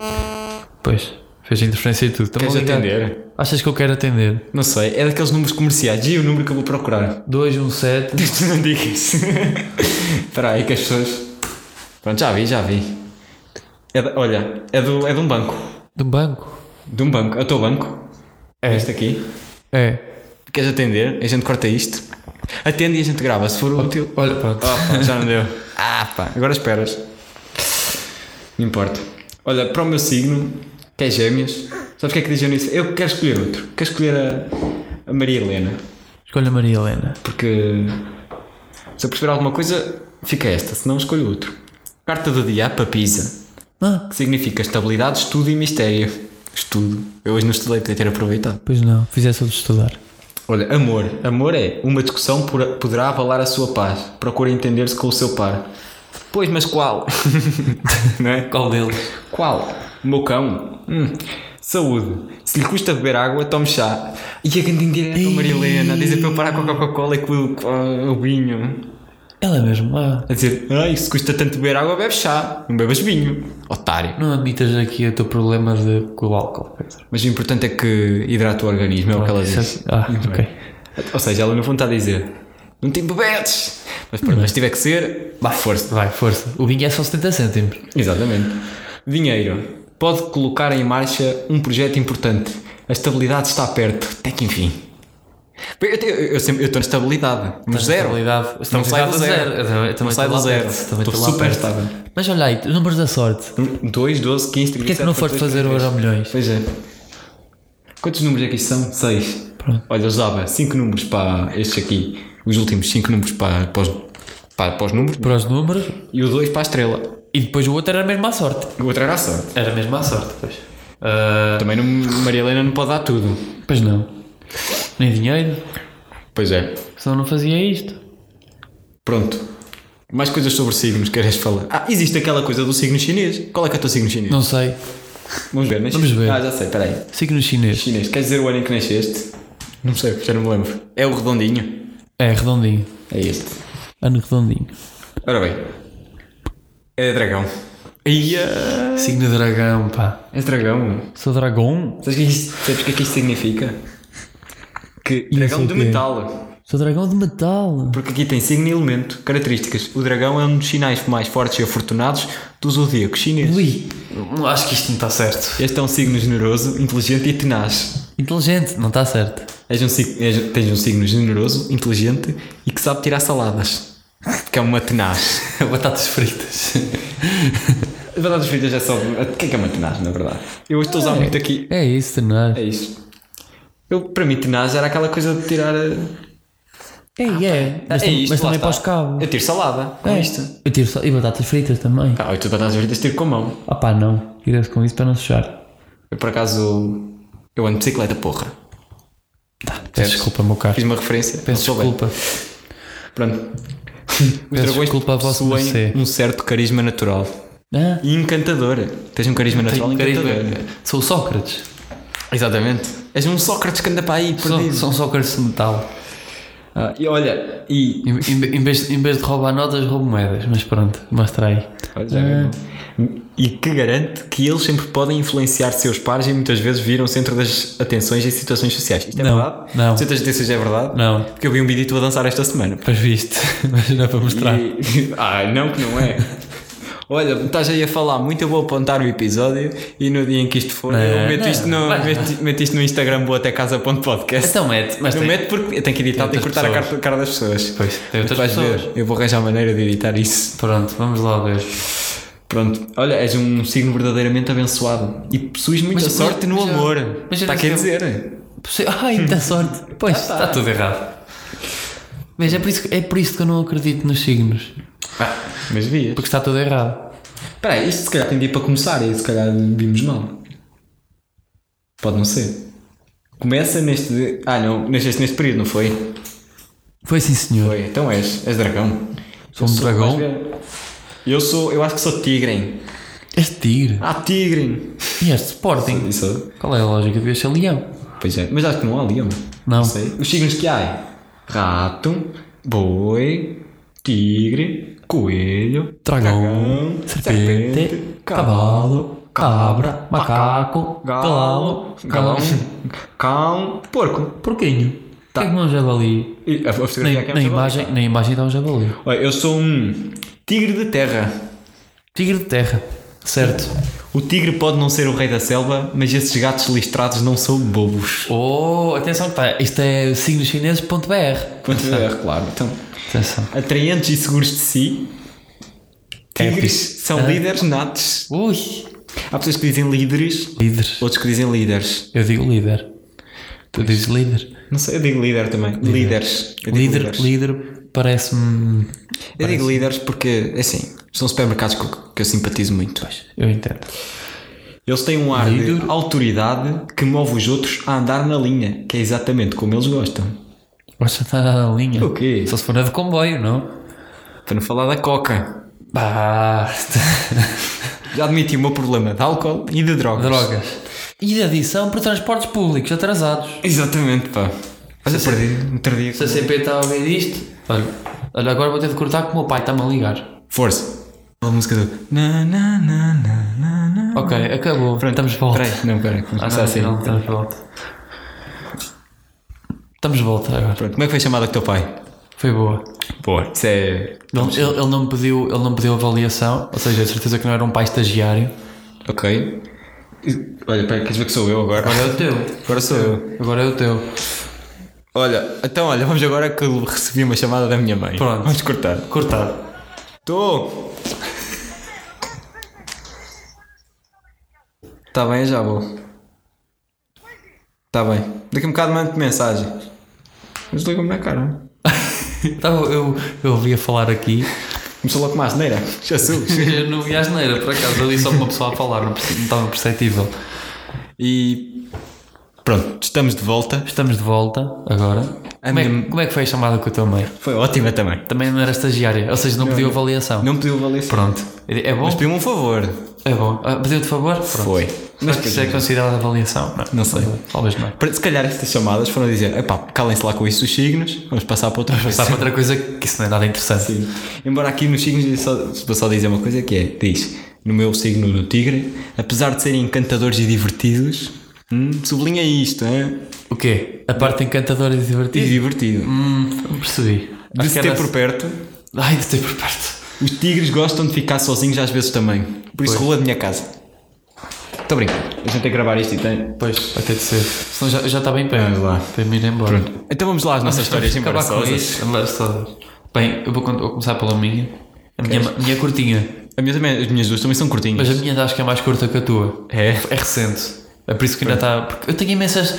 Speaker 2: Pois, fez interferência e tudo. Estou-me a
Speaker 3: Queres
Speaker 2: ligar.
Speaker 3: atender?
Speaker 2: Achas que eu quero atender?
Speaker 3: Não sei, é daqueles números comerciais. E o número que eu vou procurar?
Speaker 2: 217.
Speaker 3: Tu não digas. Espera aí que as pessoas. Pronto, já vi, já vi. É da- olha, é, do, é de um banco.
Speaker 2: de um banco?
Speaker 3: De um banco. É o teu banco? É. Este aqui.
Speaker 2: É.
Speaker 3: Queres atender? A gente corta isto. Atende e a gente grava, se for útil.
Speaker 2: Olha, pronto.
Speaker 3: Oh, pá, já não deu. Ah, pá, agora esperas. Não importa. Olha, para o meu signo, que é gêmeos, sabes o que é que diz nisso? Eu quero escolher outro. Quero escolher a, a Maria Helena.
Speaker 2: Escolha Maria Helena.
Speaker 3: Porque se eu perceber alguma coisa, fica esta, se não escolho outro. Carta do dia para Pisa,
Speaker 2: Ah,
Speaker 3: que significa estabilidade, estudo e mistério. Estudo. Eu hoje não estudei, podia ter aproveitado.
Speaker 2: pois não, fizesse de estudar.
Speaker 3: Olha, amor. Amor é uma discussão por- poderá abalar a sua paz. Procura entender-se com o seu par. Pois, mas qual? não é?
Speaker 2: Qual deles?
Speaker 3: Qual? O meu cão? Hum. Saúde. Se lhe custa beber água, tome chá. E a grande indireta
Speaker 2: Ei.
Speaker 3: a Marilena a dizer para eu parar com a Coca-Cola e com, o- com o vinho.
Speaker 2: Ela é mesmo. Ah,
Speaker 3: A dizer, ai, se custa tanto beber água, bebe chá. Não bebas vinho. Otário.
Speaker 2: não admitas aqui o teu problema de, com o álcool, Pedro.
Speaker 3: Mas o importante é que hidrata o organismo, é o que ela
Speaker 2: Isso é-
Speaker 3: diz.
Speaker 2: Ah, ok.
Speaker 3: Ou seja, ela no fundo está a dizer, não te embebedes. Mas pronto, mas tiver que ser, vá força.
Speaker 2: Vai, força. O vinho é só 70 cêntimos.
Speaker 3: Exatamente. Dinheiro. Pode colocar em marcha um projeto importante. A estabilidade está perto, até que enfim. Bem, Eu, te- eu, eu sempre- eu estou na estabilidade, mas zero.
Speaker 2: Tá Estabilidade.
Speaker 3: Não sai do zero.
Speaker 2: Eu também-
Speaker 3: Não
Speaker 2: Também
Speaker 3: sai
Speaker 2: estou
Speaker 3: do
Speaker 2: lá
Speaker 3: zero.
Speaker 2: perto. Também
Speaker 3: Estou
Speaker 2: estou lá
Speaker 3: super
Speaker 2: perto.
Speaker 3: estável.
Speaker 2: Mas olha aí, números da sorte.
Speaker 3: 2, 12, 15, 30.
Speaker 2: Porquê é que não foste fazer o Euro Milhões?
Speaker 3: Pois é. Quantos números aqui são? 6.
Speaker 2: Pronto.
Speaker 3: Olha, eu usava 5 números para estes aqui, os últimos 5 números para, para, os, para, para os números
Speaker 2: Para os números
Speaker 3: e o 2 para a estrela.
Speaker 2: e depois o outro era mesmo à sorte.
Speaker 3: O outro era a sorte.
Speaker 2: Era mesmo à sorte, pois. Ah,
Speaker 3: Também não, Maria Helena não pode dar tudo.
Speaker 2: pois não. Nem dinheiro,
Speaker 3: Pois é.
Speaker 2: senão não fazia isto.
Speaker 3: Pronto. Mais coisas sobre signos queres falar? Ah, existe aquela coisa do signo chinês. Qual é que é o teu signo chinês?
Speaker 2: Não sei.
Speaker 3: Vamos ver, nasceste?
Speaker 2: Vamos ver.
Speaker 3: Ah, já sei, peraí.
Speaker 2: Signo chinês.
Speaker 3: Chinês, queres dizer o ano em que nasceste? Não sei, já não me lembro. É o redondinho.
Speaker 2: É, redondinho.
Speaker 3: É este.
Speaker 2: Ano redondinho.
Speaker 3: Ora bem. É dragão. Ia.
Speaker 2: Signo dragão, pá.
Speaker 3: É dragão.
Speaker 2: Sou dragão?
Speaker 3: Sabes o que é que isto- sabes o que é que isto significa? Que dragão
Speaker 2: o
Speaker 3: de
Speaker 2: quê?
Speaker 3: metal.
Speaker 2: Sou dragão de metal.
Speaker 3: Porque aqui tem signo e elemento. Características. O dragão é um dos sinais mais fortes e afortunados do zodíaco chinês.
Speaker 2: Ui, acho que isto não está certo.
Speaker 3: Este é um signo generoso, inteligente e tenaz.
Speaker 2: Inteligente, não está certo.
Speaker 3: És um, sig- és- tens um signo generoso, inteligente e que sabe tirar saladas. Que é uma tenaz.
Speaker 2: Batatas fritas.
Speaker 3: As batatas fritas é só. O que é que é uma tenaz, na verdade? Eu estou a usar muito aqui.
Speaker 2: É isso, não
Speaker 3: É
Speaker 2: é?
Speaker 3: isso. Eu, para mim, tenaz era aquela coisa de tirar. eh, a-
Speaker 2: É, é. Mas,
Speaker 3: é
Speaker 2: tam-
Speaker 3: isto,
Speaker 2: mas
Speaker 3: lá
Speaker 2: também
Speaker 3: está.
Speaker 2: para os cabos.
Speaker 3: Eu tiro salada com
Speaker 2: É.
Speaker 3: isto.
Speaker 2: Eu tiro só- E batatas fritas também.
Speaker 3: Ah, eu tu batatas fritas tiro com a mão.
Speaker 2: Ah pá, não. Tira-se com isso para não sujar.
Speaker 3: Eu, por acaso, eu ando de bicicleta, porra.
Speaker 2: Peço desculpa, meu caro.
Speaker 3: Tá, Fiz uma referência.
Speaker 2: Peço
Speaker 3: não soube.
Speaker 2: desculpa.
Speaker 3: Pronto. Os
Speaker 2: Peço desculpa a vossa
Speaker 3: possuem
Speaker 2: mercê.
Speaker 3: um certo carisma natural.
Speaker 2: Ah,
Speaker 3: E encantador. Tens um carisma natural
Speaker 2: tenho
Speaker 3: encantador.
Speaker 2: carisma. Sou o Sócrates.
Speaker 3: Exatamente. És um Sócrates que anda para aí
Speaker 2: Sou,
Speaker 3: perdido.
Speaker 2: sou um Sócrates de metal.
Speaker 3: Ah, e olha, e.
Speaker 2: Em, em- em vez, em vez de roubar notas, roubo moedas. Mas pronto, mostra aí.
Speaker 3: Olha, já
Speaker 2: É.
Speaker 3: viu? E que garante que eles sempre podem influenciar seus pares e muitas vezes viram o centro das atenções em situações sociais. Isto é
Speaker 2: Não,
Speaker 3: verdade?
Speaker 2: não.
Speaker 3: O centro das atenções é verdade?
Speaker 2: Não.
Speaker 3: Porque eu vi um vídeo tu a dançar esta semana.
Speaker 2: Pois viste. Mas não é para mostrar.
Speaker 3: E... Ai, não que não é. Olha, estás aí a falar muito, eu vou apontar o episódio e no dia em que isto for, eu
Speaker 2: Não, é?
Speaker 3: meto,
Speaker 2: não,
Speaker 3: isto no,
Speaker 2: vai,
Speaker 3: meto, meto isto no Instagram vou até casa.podcast.
Speaker 2: Então mete. Mas
Speaker 3: eu
Speaker 2: tem-
Speaker 3: meto porque eu tenho que editar,
Speaker 2: tem
Speaker 3: tenho que cortar a
Speaker 2: outras
Speaker 3: cara, a cara das pessoas.
Speaker 2: Pois, tem outras
Speaker 3: Tu vais ver,
Speaker 2: pessoas.
Speaker 3: eu vou arranjar maneira de editar isso.
Speaker 2: Pronto, vamos lá ver.
Speaker 3: Pronto, olha, és um signo verdadeiramente abençoado e possuis muita
Speaker 2: Mas-
Speaker 3: sorte no
Speaker 2: mas- mas-
Speaker 3: amor.
Speaker 2: mas
Speaker 3: Está
Speaker 2: eu não
Speaker 3: aqui a
Speaker 2: sei-
Speaker 3: dizer.
Speaker 2: Possi- Ai, muita sorte. Pois, está Tá, tudo errado. Mas é por, isso, que- é por isso que eu não acredito nos signos.
Speaker 3: Mas vias.
Speaker 2: Porque está tudo errado.
Speaker 3: Espera aí, isto se calhar tem dia para começar e se calhar vimos mal. Pode não ser. Começa neste. de- Ah, não, nasceste neste período, não foi?
Speaker 2: Foi sim, senhor.
Speaker 3: Foi, então és. És dragão.
Speaker 2: Sou um dragão.
Speaker 3: vais ver. Eu sou. Eu acho que sou tigre.
Speaker 2: Este tigre.
Speaker 3: Ah, tigre!
Speaker 2: E este Sporting.
Speaker 3: Isso.
Speaker 2: Qual é a lógica? Devia ser leão.
Speaker 3: Pois é, mas acho que não há leão.
Speaker 2: Não.
Speaker 3: sei. Os signos que há é rato, boi, tigre, coelho,
Speaker 2: Dragão, serpente, cavalo, cabra, macaco,
Speaker 3: galo,
Speaker 2: galo,
Speaker 3: galão,
Speaker 2: cão,
Speaker 3: cão, porco.
Speaker 2: porquinho.
Speaker 3: Tá.
Speaker 2: Tá. Que é que não é um javali?
Speaker 3: E a fotografia
Speaker 2: Na,
Speaker 3: aqui é um
Speaker 2: na
Speaker 3: javali.
Speaker 2: imagem, na imagem está um javali.
Speaker 3: Olha, eu sou um tigre de terra.
Speaker 2: Tigre de terra. Certo.
Speaker 3: O tigre pode não ser o rei da selva, mas esses gatos listrados não são bobos.
Speaker 2: Oh, atenção que tá. Isto é signoschineses.br.
Speaker 3: Quanto é, claro. Então,
Speaker 2: Atenção.
Speaker 3: atraentes e seguros de si, tigres são
Speaker 2: Ah.
Speaker 3: líderes natos.
Speaker 2: Ui.
Speaker 3: Há pessoas que dizem líderes,
Speaker 2: Líder.
Speaker 3: outros que dizem líderes.
Speaker 2: Eu digo líder. Tu dizes líder.
Speaker 3: Não sei, eu digo líder também. Líderes. Eu digo
Speaker 2: Líder,
Speaker 3: líderes.
Speaker 2: líder parece-me.
Speaker 3: Eu digo líderes porque, assim, são supermercados que, que eu simpatizo muito.
Speaker 2: Eu entendo.
Speaker 3: Eles têm um ar de
Speaker 2: Líder.
Speaker 3: autoridade que move os outros a andar na linha, que é exatamente como eles gostam.
Speaker 2: Gosto de estar na linha.
Speaker 3: O quê?
Speaker 2: Só se for na de comboio, não?
Speaker 3: Para não falar da coca.
Speaker 2: Basta.
Speaker 3: Já admiti o meu problema de álcool e de drogas.
Speaker 2: Drogas. E de adição para transportes públicos atrasados.
Speaker 3: Exatamente, pá. Olha,
Speaker 2: Se-
Speaker 3: perdido, me perdi.
Speaker 2: Se a CP está a ouvir isto, olha, olha, agora vou ter de cortar que o meu pai está-me a ligar.
Speaker 3: Força. A música do. Na, na, na, na, na, na.
Speaker 2: Ok, acabou.
Speaker 3: Pronto,
Speaker 2: Estamos de volta.
Speaker 3: Peraí, Oh. não, peraí. Vamos
Speaker 2: Ah,
Speaker 3: começar
Speaker 2: não,
Speaker 3: assim.
Speaker 2: não, estamos de volta. Estamos de volta agora.
Speaker 3: Pronto, como é que foi a chamada do teu pai?
Speaker 2: Foi boa.
Speaker 3: Boa. Isso é.
Speaker 2: Ele, ele- ele não me pediu, ele não me pediu avaliação, ou seja, a certeza que não era um pai estagiário.
Speaker 3: Ok. Olha, peraí, queres ver que sou eu agora?
Speaker 2: Agora é o teu.
Speaker 3: Agora sou eu.
Speaker 2: Agora é o teu.
Speaker 3: Olha, então olha, vamos agora que eu recebi uma chamada da minha mãe.
Speaker 2: Pronto.
Speaker 3: Vamos cortar.
Speaker 2: Cortado.
Speaker 3: Tô! Tá bem, já vou. Tá bem. Daqui a um bocado mando-te mensagem. Mas liga-me na cara. é?
Speaker 2: Tava, Então, eu, eu ouvia falar aqui.
Speaker 3: Começou logo com uma asneira. Jesus.
Speaker 2: Eu não vi a asneira, por acaso, ali só uma pessoa a falar, não perce- não estava perceptível.
Speaker 3: E. Pronto, estamos de volta.
Speaker 2: Estamos de volta agora.
Speaker 3: A
Speaker 2: Como é,
Speaker 3: minha-
Speaker 2: que- como é que foi a chamada com a tua mãe?
Speaker 3: Foi ótima também.
Speaker 2: Também não era estagiária, ou seja, não pediu avaliação.
Speaker 3: Não pediu valer
Speaker 2: Pronto. É bom?
Speaker 3: Mas pediu um favor.
Speaker 2: É bom. Ah, Pediu-te favor? Pronto.
Speaker 3: Foi.
Speaker 2: Mas que isso é considerado avaliação? Não,
Speaker 3: Não sei.
Speaker 2: Talvez não.
Speaker 3: Para- Se calhar estas chamadas foram dizer: epá, calem-se lá com isso dos signos, vamos passar para outra coisa.
Speaker 2: Passar para outra coisa que isso não é nada interessante.
Speaker 3: Sim. Embora aqui nos signos eu só, vou só dizer uma coisa que é, diz, no meu signo do tigre, apesar de serem encantadores e divertidos, hum, sublinha isto, hein?
Speaker 2: O quê? A parte encantadora e
Speaker 3: E
Speaker 2: divertida?
Speaker 3: divertido.
Speaker 2: Hum, não percebi.
Speaker 3: De
Speaker 2: Acho
Speaker 3: se
Speaker 2: que
Speaker 3: ter
Speaker 2: era-
Speaker 3: por perto,
Speaker 2: Ai, de ter por perto.
Speaker 3: os tigres gostam de ficar sozinhos às vezes também. Por isso rula da minha casa. Estou brincando. A gente tem que gravar isto e tem.
Speaker 2: Pois, vai ter de ser. Senão já, já está bem perto.
Speaker 3: Vamos lá.
Speaker 2: Para mim ir embora. Pronto.
Speaker 3: Então vamos lá às nossas histórias
Speaker 2: acabar com
Speaker 3: embaraçosas.
Speaker 2: isto. Embaraçosas. Bem, eu vou, con- vou começar pela minha. A minha, a minha é curtinha.
Speaker 3: A minha também- as minhas duas também são curtinhas.
Speaker 2: Mas a minha acho que é mais curta que a tua.
Speaker 3: É.
Speaker 2: É recente. É por isso que ainda está. Porque eu tenho imensas.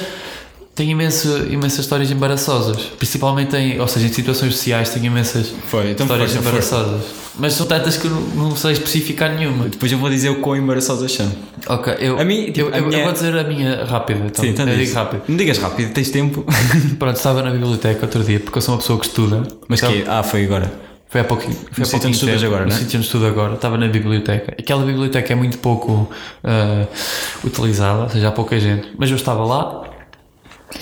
Speaker 2: Tenho imenso, imensas histórias embaraçosas. Principalmente em. Ou seja, em situações sociais tenho imensas
Speaker 3: Foi, então
Speaker 2: histórias
Speaker 3: força, força.
Speaker 2: embaraçosas. Mas são tantas que eu não, não sei especificar nenhuma.
Speaker 3: Depois eu vou dizer o quão embaraçosas são. Tá
Speaker 2: Ok, eu,
Speaker 3: A mim, tipo,
Speaker 2: eu,
Speaker 3: a
Speaker 2: eu- eu
Speaker 3: minha-
Speaker 2: vou dizer a minha rápida. Então,
Speaker 3: Sim, então
Speaker 2: eu
Speaker 3: diz.
Speaker 2: digo rápido.
Speaker 3: Não digas rápido, tens tempo.
Speaker 2: Pronto, estava na biblioteca outro dia, porque eu sou uma pessoa que estuda.
Speaker 3: Mas
Speaker 2: Então,
Speaker 3: que Ah, foi agora.
Speaker 2: Foi há pouquinho. Foi
Speaker 3: No
Speaker 2: há
Speaker 3: sítio onde
Speaker 2: pouquinho
Speaker 3: estudas
Speaker 2: tempo,
Speaker 3: agora,
Speaker 2: no
Speaker 3: né?
Speaker 2: sítio onde estudo agora. Estava na biblioteca. Aquela biblioteca é muito pouco ah, utilizada, ou seja, há pouca gente. Mas eu estava lá,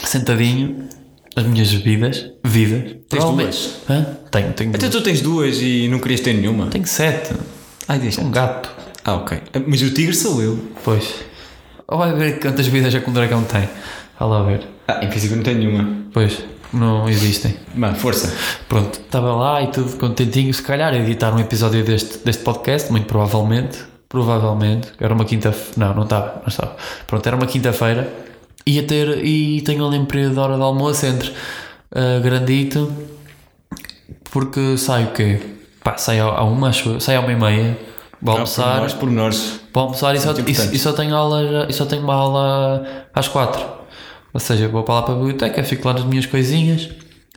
Speaker 2: sentadinho, as minhas bebidas, vidas. Provavelmente- Hã? Tenho, tenho
Speaker 3: Então
Speaker 2: duas.
Speaker 3: tu tens duas e não querias ter nenhuma?
Speaker 2: Tenho sete.
Speaker 3: Ai, deixa.
Speaker 2: Um gato.
Speaker 3: Ah, ok. Mas o tigre sou eu.
Speaker 2: Pois. Ou vai ver quantas vidas é que um dragão tem. Vai lá ver.
Speaker 3: Ah, em princípio não tenho nenhuma.
Speaker 2: Pois, não existem.
Speaker 3: Mano, força.
Speaker 2: Pronto, estava lá e tudo contentinho. Se calhar a editar um episódio deste, deste podcast, muito provavelmente. Provavelmente. Era uma quinta-feira. Não, não estava, não estava. Pronto, era uma quinta-feira. Ia ter. E tenho ali um período de hora de almoço entre ah, grandito. Porque sai o quê? Pá, sai à à uma, acho eu. Sai à uma e meia.
Speaker 3: Ah,
Speaker 2: Vou almoçar.
Speaker 3: Nós por nós.
Speaker 2: Vou almoçar e só,
Speaker 3: muito
Speaker 2: e,
Speaker 3: importante.
Speaker 2: e só tenho aula, e só tenho uma aula às quatro. Ou seja, vou para lá para a biblioteca, fico lá nas minhas coisinhas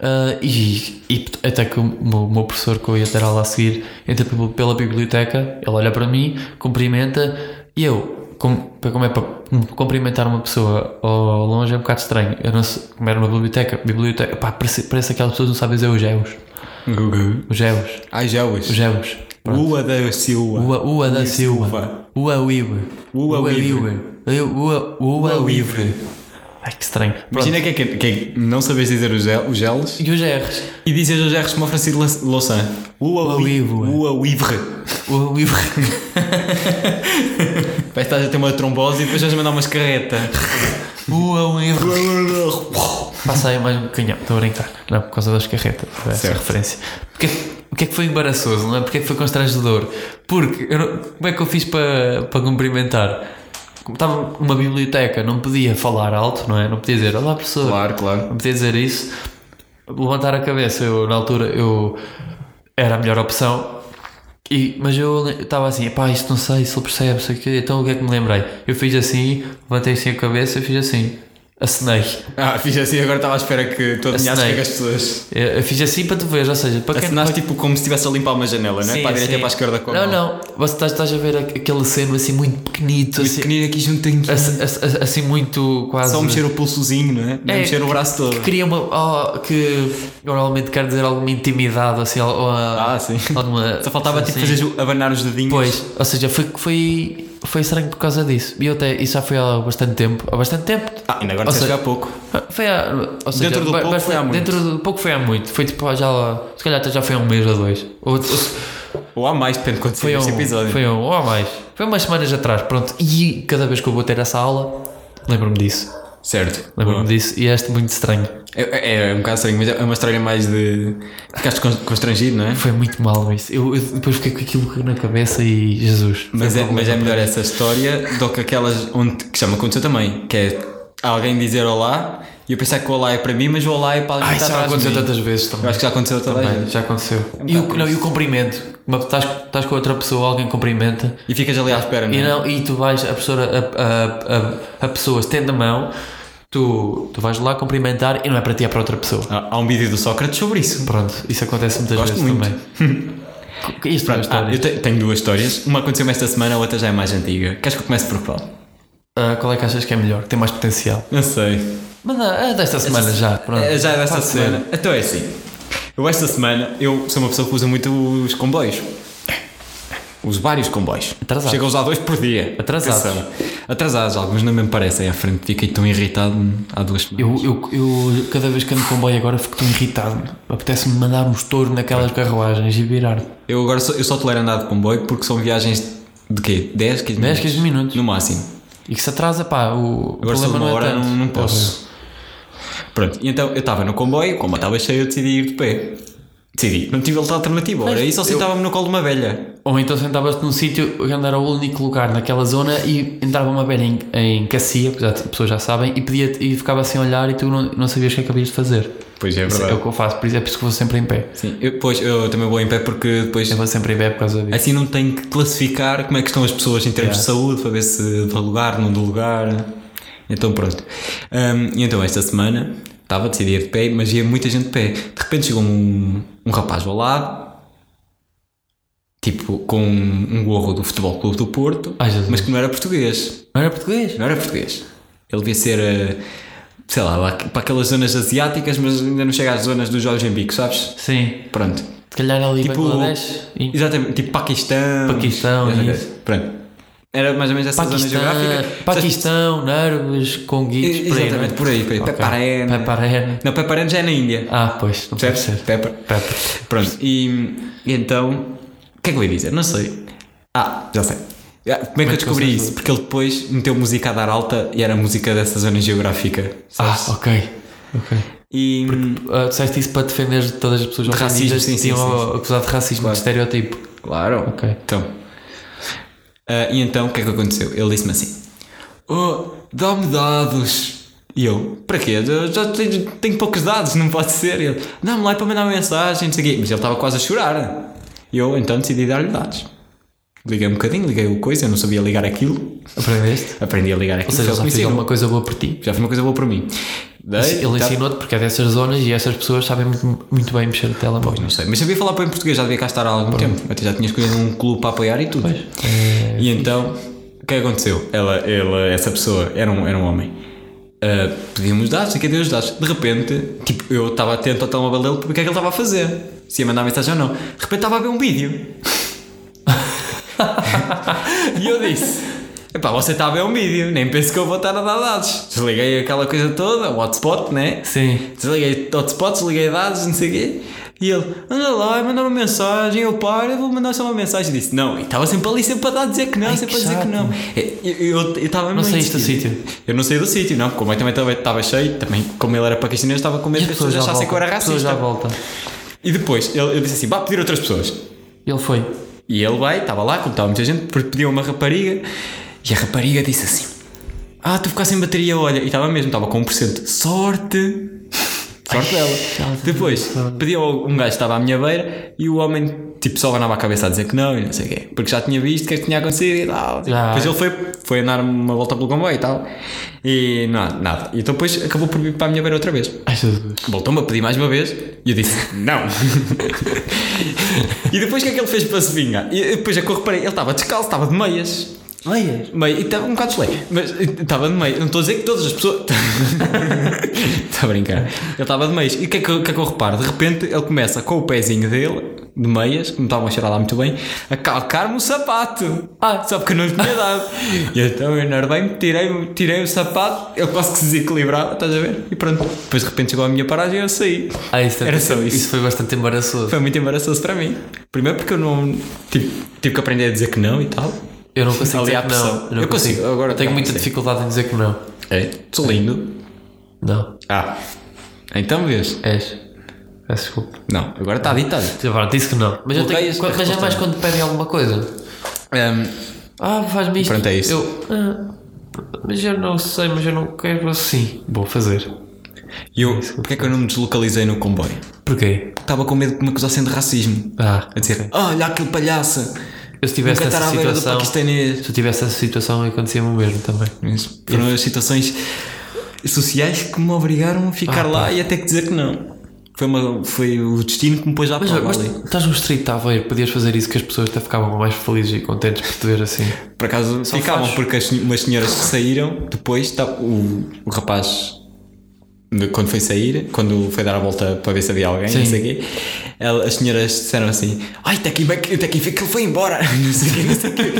Speaker 2: ah, e, e até que o meu, o meu professor que eu ia ter aula a seguir entra pela, pela biblioteca, ele olha para mim, cumprimenta e eu, com- para- como é para cumprimentar uma pessoa ao longe é um bocado estranho. Eu não sei, como era uma biblioteca, biblioteca, pá, parece, parece aquelas pessoas que não sabem dizer os geus.
Speaker 3: Gugu.
Speaker 2: Os geus,
Speaker 3: Ai, já hoje.
Speaker 2: os geus.
Speaker 3: Ua da Silva.
Speaker 2: Ua, ua da
Speaker 3: Silva.
Speaker 2: Silva. Ua Uive.
Speaker 3: Ua Uive.
Speaker 2: Ua, ua Uive. Ai que estranho. Pronto.
Speaker 3: Imagina que é que, que é que não sabes dizer os, gel, os gelos
Speaker 2: E os R's?
Speaker 3: e dizes os R's como o Francisco Lan- Louçã. Ua
Speaker 2: Ua
Speaker 3: Uivre.
Speaker 2: Uivre.
Speaker 3: Ua Uivre.
Speaker 2: Ua Uive.
Speaker 3: Vai estar a ter uma trombose e depois vais mandar umas carreta.
Speaker 2: Ua Uive. Passa aí mais um bocadinho. Estou a brincar. Não, por causa das carretas. Essa é
Speaker 3: Certo.
Speaker 2: referência. Porque, o que é que foi embaraçoso, não é? Porque é que foi constrangedor? Porque, eu não- como é que eu fiz para, para cumprimentar? Como estava numa biblioteca, não podia falar alto, não é? Não podia dizer, olá professor.
Speaker 3: claro, claro.
Speaker 2: Não podia dizer isso. Levantar a cabeça, eu na altura eu era a melhor opção. E, mas eu estava assim, pá, isto não sei se ele percebe, sei o quê. Então o que é que me lembrei? Eu fiz assim, levantei assim a cabeça e fiz assim. Acenei.
Speaker 3: Ah, fiz assim, agora estava à espera que tu adivinhasses o que é que as pessoas.
Speaker 2: Eu eu fiz assim para tu veres, ou seja, para quem.
Speaker 3: Acenaste tipo como se estivesse a limpar uma janela, não é?
Speaker 2: Sim,
Speaker 3: Para a direita
Speaker 2: sim.
Speaker 3: e para a esquerda com a
Speaker 2: Não,
Speaker 3: mão.
Speaker 2: não. Você estás, estás a ver aqu- aquele seno assim muito pequenito,
Speaker 3: Muito
Speaker 2: assim,
Speaker 3: pequenino aqui juntinho.
Speaker 2: ass- ass- ass- assim muito quase.
Speaker 3: Só um mexer o pulsozinho, não é? Não é
Speaker 2: É,
Speaker 3: mexer o braço todo.
Speaker 2: Que cria uma. oh, que normalmente quer dizer alguma intimidade, assim, al- ou a-
Speaker 3: Ah, sim.
Speaker 2: alguma.
Speaker 3: Só faltava tipo
Speaker 2: assim.
Speaker 3: fazer o- abanar os dedinhos.
Speaker 2: Pois, ou seja, foi, foi, foi estranho por causa disso. E eu até, isso já foi há bastante tempo. Há bastante tempo.
Speaker 3: Ah, ainda agora
Speaker 2: Ou
Speaker 3: disseste
Speaker 2: seja-
Speaker 3: há pouco.
Speaker 2: Foi há, ou seja,
Speaker 3: Dentro do
Speaker 2: ba-
Speaker 3: pouco
Speaker 2: bastante-
Speaker 3: foi há muito.
Speaker 2: Dentro do pouco foi há muito. Foi tipo, já lá, se calhar até já foi há um mês ou dois. Ou, ou se-
Speaker 3: Ou há mais, depende de quando
Speaker 2: foi
Speaker 3: sair este
Speaker 2: um,
Speaker 3: episódio.
Speaker 2: foi um, ou há mais. Foi umas semanas atrás, pronto. E cada vez que eu vou ter essa aula, lembro-me disso.
Speaker 3: Certo.
Speaker 2: um- Lembro-me
Speaker 3: Boa.
Speaker 2: disso. E este muito estranho.
Speaker 3: É, é um bocado estranho, mas é uma história mais de. Ficaste con- constrangido, não é?
Speaker 2: Foi muito mal isso. Eu, eu depois fiquei com aquilo na cabeça e Jesus.
Speaker 3: Mas
Speaker 2: Foi
Speaker 3: é,
Speaker 2: um
Speaker 3: mas é
Speaker 2: problema.
Speaker 3: melhor essa história do que aquelas onde, que já me aconteceu também, que é alguém dizer olá e eu pensar que o olá é para mim, mas o olá é para alguém
Speaker 2: Ai,
Speaker 3: que está
Speaker 2: já
Speaker 3: atrás de
Speaker 2: aconteceu
Speaker 3: mim.
Speaker 2: tantas vezes
Speaker 3: Eu
Speaker 2: também.
Speaker 3: acho que já aconteceu também.
Speaker 2: Bem, já aconteceu. e, o, não, e o cumprimento. Uma- Estás, estás com outra pessoa, alguém cumprimenta.
Speaker 3: E ficas ali à espera, não é?
Speaker 2: E, não, e tu vais, a pessoa, a, a, a, a pessoa estende a mão, tu, tu vais lá cumprimentar e não é para ti, é para outra pessoa.
Speaker 3: Há há um vídeo do Sócrates sobre isso.
Speaker 2: Pronto, isso acontece muitas
Speaker 3: Gosto
Speaker 2: vezes
Speaker 3: muito.
Speaker 2: também. Co- Isto é uma
Speaker 3: Ah, eu
Speaker 2: história.
Speaker 3: te- tenho duas histórias. Uma aconteceu-me esta semana, a outra já é mais antiga. Queres que eu comece por qual?
Speaker 2: Ah, qual é que achas que é melhor, que tem mais potencial?
Speaker 3: Não sei.
Speaker 2: Mas ah, ah, desta semana já, pronto.
Speaker 3: É, Já desta
Speaker 2: Para a
Speaker 3: semana. Então é assim. Eu esta semana, eu sou uma pessoa que usa muito os comboios. Uso vários comboios.
Speaker 2: Atrasados.
Speaker 3: Chego a usar dois por dia.
Speaker 2: Atrasados.
Speaker 3: Atenção. Atrasados, alguns não me parecem à frente. Fiquei tão irritado há duas semanas.
Speaker 2: Eu, eu, eu cada vez que ando de comboio agora fico tão irritado. Apetece-me mandar um estouro naquelas carruagens e virar.
Speaker 3: Eu agora só, eu só tolero andar de comboio porque são viagens de quê? 10, 15
Speaker 2: 10,
Speaker 3: minutos?
Speaker 2: 15 minutos.
Speaker 3: No máximo.
Speaker 2: E que se atrasa, pá, o, o
Speaker 3: Agora se for
Speaker 2: problema
Speaker 3: uma
Speaker 2: não é
Speaker 3: hora
Speaker 2: tanto.
Speaker 3: não, não posso. Pronto, e então eu estava no comboio, como eu estava cheio, eu decidi ir de pé. Decidi. Não tive outra alternativa. Ora, e só sentava-me no colo de uma velha.
Speaker 2: Ou então sentavas-te num sítio onde era o único lugar naquela zona e entrava uma velha em, em cacia, apesar de as pessoas já sabem, e, pedia e ficava assim a olhar e tu não, não sabias o que é que havias de fazer.
Speaker 3: Pois é,
Speaker 2: Isso é o que eu faço, por isso é por isso que vou sempre em pé.
Speaker 3: Sim, eu, pois eu também vou em pé porque depois
Speaker 2: Eu vou sempre em pé por causa disso.
Speaker 3: assim não tenho que classificar como é que estão as pessoas em termos de saúde para ver se do lugar, não do lugar. Então pronto. Ahm, e então esta semana estava a decidir de pé, mas ia muita gente de pé. De repente chegou um, um rapaz ao lado, tipo com um gorro do Futebol Clube do Porto,
Speaker 2: Ai, Jesus.
Speaker 3: mas que não era português.
Speaker 2: Não era português?
Speaker 3: Não era português. Ele devia ser, eh, sei lá, lá para aquelas zonas asiáticas, mas ainda não chega às zonas dos Jogos em Bico, sabes?
Speaker 2: Sim.
Speaker 3: Pronto.
Speaker 2: Se calhar ali
Speaker 3: Tipo-
Speaker 2: Bangladesh. e-
Speaker 3: Exatamente, tipo Paquistão.
Speaker 2: Paquistão,
Speaker 3: Essa
Speaker 2: isso.
Speaker 3: coisa. Pronto. Era mais ou menos essa zona
Speaker 2: Paquistão, é,
Speaker 3: geográfica.
Speaker 2: Paquistão, Nárvores,
Speaker 3: Sabes-
Speaker 2: Conguitos, por aí, não é?
Speaker 3: Exatamente, por aí, por aí.
Speaker 2: Ok.
Speaker 3: Peparene.
Speaker 2: Peparene.
Speaker 3: Não, Peparene já é na Índia.
Speaker 2: Ah, pois, não pode
Speaker 3: Percebes?
Speaker 2: ser.
Speaker 3: Pepper. Pronto. E, e então, o que é que eu ia dizer? Não sei. Ah, já sei. Ah, Como é que eu descobri
Speaker 2: consegues
Speaker 3: isso? Porque ele depois meteu música a dar alta e era música dessa zona geográfica.
Speaker 2: Ah,
Speaker 3: Sabes?
Speaker 2: ok. Ok.
Speaker 3: E.
Speaker 2: Ah, disseste isso para defender de todas as pessoas
Speaker 3: De racismo,
Speaker 2: ofendidas
Speaker 3: sim,
Speaker 2: que
Speaker 3: sim,
Speaker 2: tinham
Speaker 3: sim,
Speaker 2: acusado de racismo de estereotipo.
Speaker 3: Claro.
Speaker 2: Ok.
Speaker 3: Então. Ah, e então, o que é que aconteceu? Ele disse-me assim: Oh, dá-me dados. E eu, para quê? Eu já tenho, tenho poucos dados, não pode ser. Ele, dá-me lá para mandar uma mensagem, não sei o quê. Mas ele estava quase a chorar. E eu, então, decidi dar-lhe dados. Liguei um bocadinho, liguei o coisa, eu não sabia ligar aquilo.
Speaker 2: Aprendeste?
Speaker 3: Aprendi a ligar
Speaker 2: Ou
Speaker 3: aquilo.
Speaker 2: seja,
Speaker 3: ele
Speaker 2: já
Speaker 3: me
Speaker 2: fez
Speaker 3: ensinou.
Speaker 2: alguma coisa boa por ti.
Speaker 3: já foi uma coisa boa para mim. Dei,
Speaker 2: Ele
Speaker 3: tá-
Speaker 2: ensinou-te porque é dessas zonas e essas pessoas sabem muito, muito bem mexer o telemóvel.
Speaker 3: Não sei, mas sabia falar bem português, já devia cá estar há algum tempo. Até já tinha escolhido um clube para apoiar e tudo. e então, o que aconteceu? Ela, ela, essa pessoa era um, era um homem. Ah, Pedimos os dados, e cadê os dados? De repente, tipo, eu estava atento ao telemóvel dele porque é que ele estava a fazer. Se ia mandar mensagem ou não. De repente estava a ver um vídeo. e eu disse: Epá, você está a ver um vídeo, nem penso que eu vou estar a dar dados. Desliguei aquela coisa toda, o hotspot, né?
Speaker 2: Sim.
Speaker 3: Desliguei hotspots, liguei dados, não sei o quê. E ele, anda lá, manda uma mensagem, eu paro, eu vou mandar só uma mensagem. E disse, não, e estava sempre ali, sempre a dar a dizer que não,
Speaker 2: Ai,
Speaker 3: sempre
Speaker 2: que
Speaker 3: a dizer que
Speaker 2: chato.
Speaker 3: não. E- Eu eu- eu estava
Speaker 2: Não
Speaker 3: mesmo
Speaker 2: saíste do
Speaker 3: insistente.
Speaker 2: sítio?
Speaker 3: Eu não saí do sítio, não, como eu também estava- estava cheio, também como ele era paquistanês, estava com medo que as pessoas
Speaker 2: já
Speaker 3: achassem que eu era
Speaker 2: voltam, as pessoas já
Speaker 3: racista.
Speaker 2: voltam.
Speaker 3: E depois ele, ele disse assim, vá pedir outras pessoas.
Speaker 2: Ele foi.
Speaker 3: E ele vai, estava lá, como estava muita gente, pediu uma rapariga e a rapariga disse assim: Ah, tu ficaste sem bateria, olha. E estava mesmo, estava com 1%. Sorte! Sorte dela. Depois, pediu ao- um gajo que estava à minha beira e o homem, tipo, só banava a cabeça a dizer que não e não sei o quê. Porque já tinha visto o que é que tinha acontecido e tal.
Speaker 2: Já.
Speaker 3: Depois ele foi, foi andar uma volta pelo comboio e tal. E não, nada. E então depois acabou por vir para a minha beira outra vez.
Speaker 2: Ai, Jesus.
Speaker 3: Voltou-me a pedir mais uma vez e eu disse não. e depois o que é que ele fez para se vingar? E depois é que eu reparei, ele estava descalço, estava de meias.
Speaker 2: Leias.
Speaker 3: Meio, e estava um bocado chulé, mas eh, estava de meio. Não estou a dizer que todas as pessoas. Está a brincar. Ele estava de meias. E o que, é que, eu- o que é que eu reparo? De repente ele começa com o pezinho dele, de meias, que não estavam a cheirar lá muito bem, a calcar-me o sapato. Ah, só porque eu não lhe tinha dado. e então eu enervei-me, tirei, tirei o sapato, ele quase que se desequilibrava, estás a ver? E pronto. Depois de repente chegou a minha paragem e eu saí.
Speaker 2: Ah, isso deve
Speaker 3: Era
Speaker 2: ter-
Speaker 3: só isso.
Speaker 2: foi bastante embaraçoso.
Speaker 3: Foi muito embaraçoso para mim. Primeiro porque eu não. Tive, tive que aprender a dizer que não e tal.
Speaker 2: Eu não consigo
Speaker 3: Ali
Speaker 2: dizer
Speaker 3: há
Speaker 2: que não.
Speaker 3: pressão.
Speaker 2: não
Speaker 3: Eu consigo, agora tá,
Speaker 2: Tenho
Speaker 3: já
Speaker 2: muita
Speaker 3: consigo.
Speaker 2: dificuldade em dizer que não.
Speaker 3: É, estou lindo.
Speaker 2: Não.
Speaker 3: Ah, então vês?
Speaker 2: És. Peço desculpa.
Speaker 3: Não, agora está ditado.
Speaker 2: Já pronto, disse que não. Mas, eu tenho,
Speaker 3: Bloqueias a
Speaker 2: mas é
Speaker 3: resposta.
Speaker 2: mais quando pedem alguma coisa.
Speaker 3: Ahm,
Speaker 2: Ah, faz-me isto.
Speaker 3: Pronto, é isso.
Speaker 2: Eu, ah, mas eu não sei, mas eu não quero assim. Vou fazer.
Speaker 3: E eu, porque é que eu não me deslocalizei no comboio?
Speaker 2: Porquê?
Speaker 3: Estava com medo que me acusassem de racismo.
Speaker 2: Ah,
Speaker 3: A dizer, olha aquele palhaço.
Speaker 2: Eu se tivesse
Speaker 3: Nunca
Speaker 2: essa
Speaker 3: estar à beira do
Speaker 2: situação.
Speaker 3: paquistanês.
Speaker 2: Se eu tivesse essa situação, acontecia-me o mesmo também.
Speaker 3: Mas foram as situações sociais que me obrigaram a ficar
Speaker 2: Ah,
Speaker 3: lá e até que dizer que não. Foi, uma, foi o destino que me pôs à
Speaker 2: Mas,
Speaker 3: prova
Speaker 2: mas
Speaker 3: ali.
Speaker 2: estás no street a ver, podias fazer isso que as pessoas até ficavam mais felizes e contentes por te ver assim.
Speaker 3: Por acaso ficavam,
Speaker 2: faz.
Speaker 3: porque as, senho- umas senhoras que saíram, depois tá, o, o rapaz, de- quando foi sair, quando foi dar a volta para ver se havia alguém,
Speaker 2: Sim.
Speaker 3: não sei o quê, ela- as senhoras disseram assim: Ai, está aqui bem que está aqui, vê que ele foi embora, não sei o quê, não sei o quê.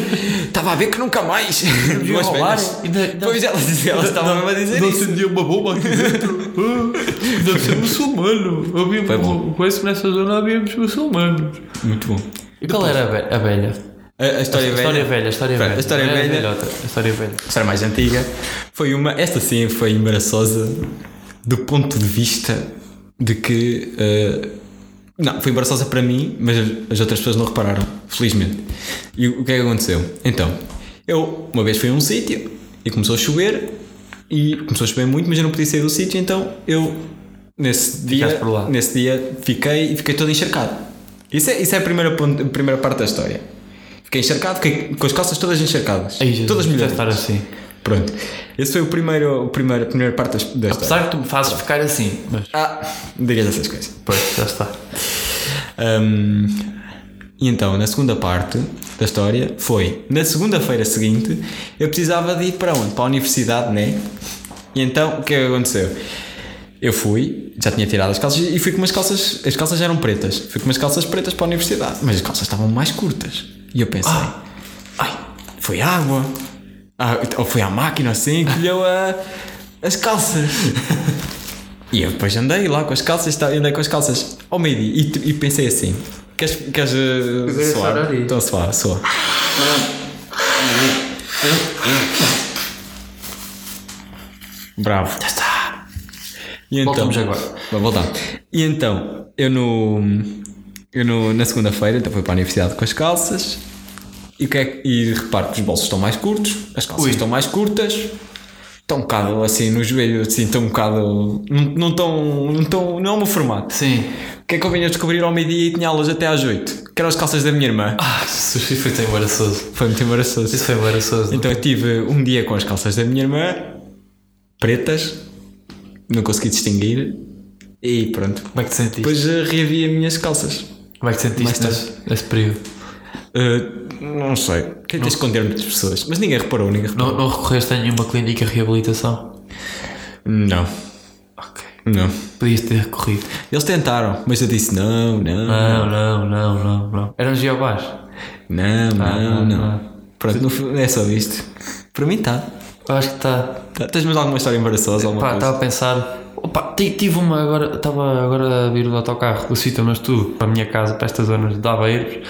Speaker 3: Estava a ver que nunca mais.
Speaker 2: deviam
Speaker 3: Duas
Speaker 2: roubar,
Speaker 3: velhas.
Speaker 2: ainda- não-
Speaker 3: Pois elas, elas estavam mesmo a dizer isso.
Speaker 2: acendia uma bomba aqui dentro. Ah, deve ser muçulmano. Havia
Speaker 3: Foi bom.
Speaker 2: Conheço nessa zona havíamos muçulmanos.
Speaker 3: Muito bom.
Speaker 2: E qual era a ve- a velha?
Speaker 3: A, a história,
Speaker 2: A história
Speaker 3: velha. é
Speaker 2: velha, a história
Speaker 3: Pronto,
Speaker 2: velha.
Speaker 3: a história
Speaker 2: Não era
Speaker 3: velha.
Speaker 2: velhota, A história velha.
Speaker 3: A história mais antiga foi uma. Esta sim foi embaraçosa do ponto de vista de que. eh, não, foi embaraçosa para mim, mas as outras pessoas não repararam, felizmente. E o que é que aconteceu? Então, eu uma vez fui a um sítio e começou a chover e começou a chover muito, mas eu não podia sair do sítio, então eu nesse dia,
Speaker 2: Ficaste por lá.
Speaker 3: nesse dia fiquei e fiquei todo encharcado. Isso é, isso é a, primeira, ponto- a primeira parte da história. Fiquei encharcado, fiquei com as calças todas encharcadas.
Speaker 2: Ai, Jesus,
Speaker 3: todas
Speaker 2: deve
Speaker 3: molhadas.
Speaker 2: estar assim.
Speaker 3: Pronto. Esse foi o primeiro, o primeiro, a primeira parte das- da história.
Speaker 2: Apesar que tu me fazes ficar assim. Mas,
Speaker 3: Ah, digas essas coisas.
Speaker 2: pois, já está.
Speaker 3: Ahm, e então, na segunda parte da história foi, na segunda-feira seguinte, eu precisava de ir para onde? Para a universidade, né? E então, o que é que aconteceu? Eu fui, já tinha tirado as calças e fui com umas calças, as calças eram pretas, fui com umas calças pretas para a universidade, mas as calças estavam mais curtas. E eu pensei, ai, foi água, Ah, ou foi à máquina assim, que colheu a, as calças. E eu depois andei lá com as calças, tá- andei com as calças ao meio-dia e, tu- e pensei assim: queres, queres uh,
Speaker 2: Queres
Speaker 3: suar?
Speaker 2: suar ali?
Speaker 3: Então suar, suar. Bravo. Já está. E então,
Speaker 2: Voltamos agora.
Speaker 3: Vai voltar. E então, eu no. Eu no, na segunda-feira, então fui para a universidade com as calças e, o que é que- e reparo que os bolsos estão mais curtos, as calças
Speaker 2: Ui.
Speaker 3: estão mais curtas, estão um bocado assim no joelho, assim, estão um bocado. Não não estão. Não, estão, não é o meu formato.
Speaker 2: Sim.
Speaker 3: O que é que eu vim a descobrir ao meio-dia e tinha aulas até às 8? Que eram as calças da minha irmã.
Speaker 2: Ah, Jesus, isso foi tão embaraçoso.
Speaker 3: Foi muito embaraçoso.
Speaker 2: Isso foi embaraçoso.
Speaker 3: Então eu tive um dia com as calças da minha irmã, pretas, não consegui distinguir, e pronto.
Speaker 2: Como é que te sentiste?
Speaker 3: Depois eh, reavi as minhas calças.
Speaker 2: Como é que te
Speaker 3: Mais
Speaker 2: sentiste
Speaker 3: tarde.
Speaker 2: nesse, nesse período?
Speaker 3: Eh, não sei. Tentei esconder-me das pessoas, mas ninguém reparou, ninguém reparou.
Speaker 2: Não, não recorreste a nenhuma clínica de reabilitação?
Speaker 3: Não,
Speaker 2: Ok.
Speaker 3: não.
Speaker 2: Podias ter recorrido.
Speaker 3: Eles tentaram, mas eu disse não, não,
Speaker 2: Não, não, não, não, não. Eram Jeovás.
Speaker 3: não, não,
Speaker 2: não,
Speaker 3: não. Pronto, no fu- é só isto. Para mim está.
Speaker 2: Eu acho que tá. está.
Speaker 3: Tens mais alguma história embaraçosa? Alguma
Speaker 2: Pá,
Speaker 3: coisa?
Speaker 2: estava a pensar. Opa, ti- tive uma agora. Estava agora a vir do autocarro do sítio onde eu estive, para a minha casa, para estas zonas de Aveiros.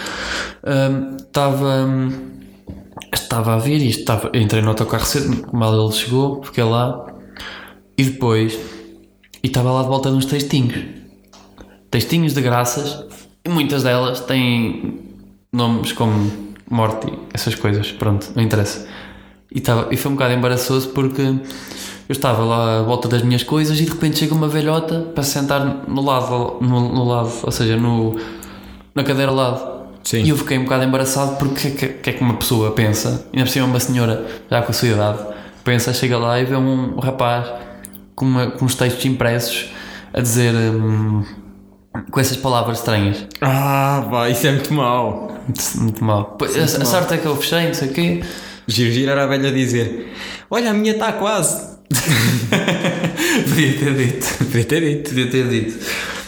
Speaker 2: Ahm, Estava. hum, estava a vir e estava, entrei no autocarro cedo, mal ele chegou, fiquei lá. E depois. E estava lá de volta de uns textinhos. Textinhos de graças. E muitas delas têm nomes como morte, essas coisas. Pronto, não interessa. E, estava e foi um bocado embaraçoso porque Eu estava lá à volta das minhas coisas e de repente chega uma velhota para sentar no lado, no, no lado ou seja, no, na cadeira ao lado.
Speaker 3: Sim.
Speaker 2: E eu fiquei um bocado embaraçado porque o que, que é que uma pessoa pensa, ainda por cima uma senhora já com a sua idade, pensa, chega lá e vê um rapaz com, uma- com uns textos impressos a dizer hum, com essas palavras estranhas.
Speaker 3: Ah, pá, isso é muito mau.
Speaker 2: Muito, muito mal. Pois, a, a sorte é que eu fechei, não sei o quê.
Speaker 3: Giro, giro era a velha dizer: Olha, a minha está quase.
Speaker 2: Podia ter dito.
Speaker 3: Podia ter dito.
Speaker 2: Podia ter dito.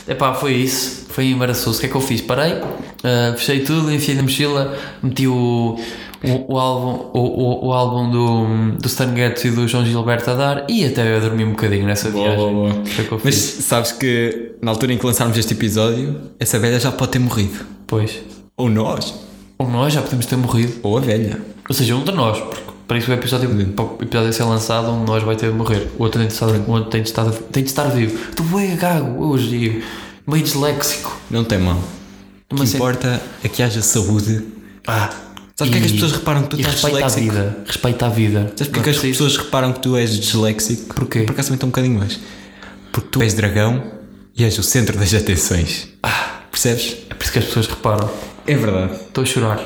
Speaker 2: Epá, foi isso. Foi embaraçoso. O que é que eu fiz? Parei, ah, fechei tudo, enfiei na mochila, meti o, o, o álbum, o, o, o álbum do, do Stan Getz e do João Gilberto a dar e até eu dormi um bocadinho nessa
Speaker 3: Boa,
Speaker 2: viagem.
Speaker 3: boa, boa.
Speaker 2: Foi o que eu
Speaker 3: Mas
Speaker 2: fiz.
Speaker 3: sabes que na altura em que lançarmos este episódio, essa velha já pode ter morrido.
Speaker 2: Pois.
Speaker 3: Ou nós.
Speaker 2: Ou nós já podemos ter morrido.
Speaker 3: Ou a velha.
Speaker 2: Ou seja, um de nós, porque para isso o episódio, para o episódio ser lançado, um de nós vai ter de morrer. O outro tem de estar, o outro tem de estar, tem de estar vivo. Tu é gago hoje, Diego. meio disléxico.
Speaker 3: Não tem mal. O que
Speaker 2: Mas é-
Speaker 3: importa é que haja saúde.
Speaker 2: Ah,
Speaker 3: Sabes
Speaker 2: e-
Speaker 3: porque é que as pessoas reparam que tu
Speaker 2: e
Speaker 3: estás
Speaker 2: respeita
Speaker 3: disléxico?
Speaker 2: a vida. Respeita a vida.
Speaker 3: Sabes porque é que as pessoas reparam que tu és disléxico?
Speaker 2: Porquê?
Speaker 3: Por acaso também estou um bocadinho mais. Porque tu és dragão e és o centro das atenções. Ah, percebes?
Speaker 2: É por isso que as pessoas reparam.
Speaker 3: É verdade.
Speaker 2: Estou a chorar.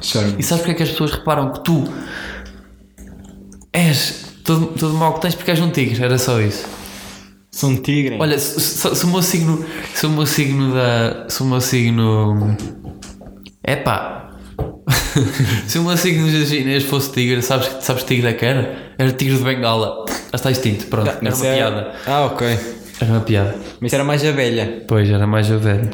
Speaker 3: Choro.
Speaker 2: E sabes porque é que as pessoas reparam que tu és todo, todo mal que tens porque és um tigre? Era só isso.
Speaker 3: Sou um tigre.
Speaker 2: Olha, se, se- se o meu signo. Se o meu signo da. Se o meu signo. Epá! se o meu signo de chinês fosse tigre, sabes, sabes que tigre é que era? Era tigre de bengala. Ah, está extinto, pronto. Era uma
Speaker 3: Mas é-
Speaker 2: piada.
Speaker 3: Ah, ok.
Speaker 2: Era uma piada.
Speaker 3: Mas era mais a velha.
Speaker 2: Pois, era mais a ver.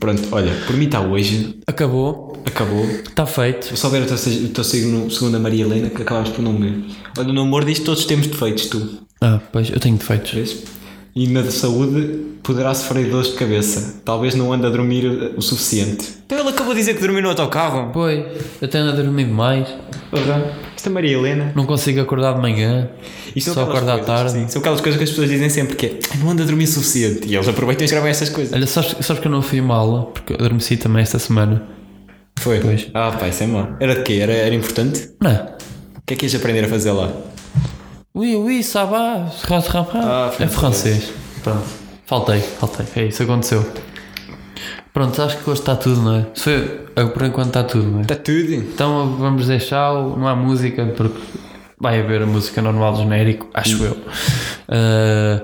Speaker 3: Pronto, olha, por mim está hoje.
Speaker 2: Acabou.
Speaker 3: Acabou.
Speaker 2: Está feito.
Speaker 3: Eu só ver o teu, sig- o teu signo, segundo a Maria Helena, que acabámos por não ver. Olha, no amor diz que todos temos defeitos, tu.
Speaker 2: Ah, pois, eu tenho defeitos.
Speaker 3: Vês? E na de saúde poderá sofrer dores de cabeça. Talvez não ande a dormir eh, o suficiente. Então ele acabou de dizer que dormiu no autocarro.
Speaker 2: Pois, eu tenho a dormir mais.
Speaker 3: é. Esta Maria Helena.
Speaker 2: Não consigo acordar de manhã.
Speaker 3: Isto
Speaker 2: só
Speaker 3: são é aquelas
Speaker 2: acordo à
Speaker 3: coisas,
Speaker 2: tarde.
Speaker 3: sim, são aquelas coisas que as pessoas dizem sempre que é "Ai, não anda a dormir o suficiente. E eles aproveitam e escrevem estas coisas.
Speaker 2: Olha, sabes, sabes que eu não fui uma aula porque eu adormeci também esta semana.
Speaker 3: Foi.
Speaker 2: Pois.
Speaker 3: Ah, pá, isso é mau. Era de quê? Era, era importante?
Speaker 2: Não.
Speaker 3: O que é que ias aprender a fazer lá?
Speaker 2: Oui, oui, ça va. Ras, ras, ras.
Speaker 3: Ah,
Speaker 2: é francês. Pronto. Faltei, faltei. É isso, aconteceu. Pronto, acho que hoje está tudo, não é? Sou eu. Eu, Por enquanto está tudo, não é?
Speaker 3: Está Tá tudo.
Speaker 2: Então vamos deixar, não há música, porque vai haver a música normal do genérico, acho eu. Ah,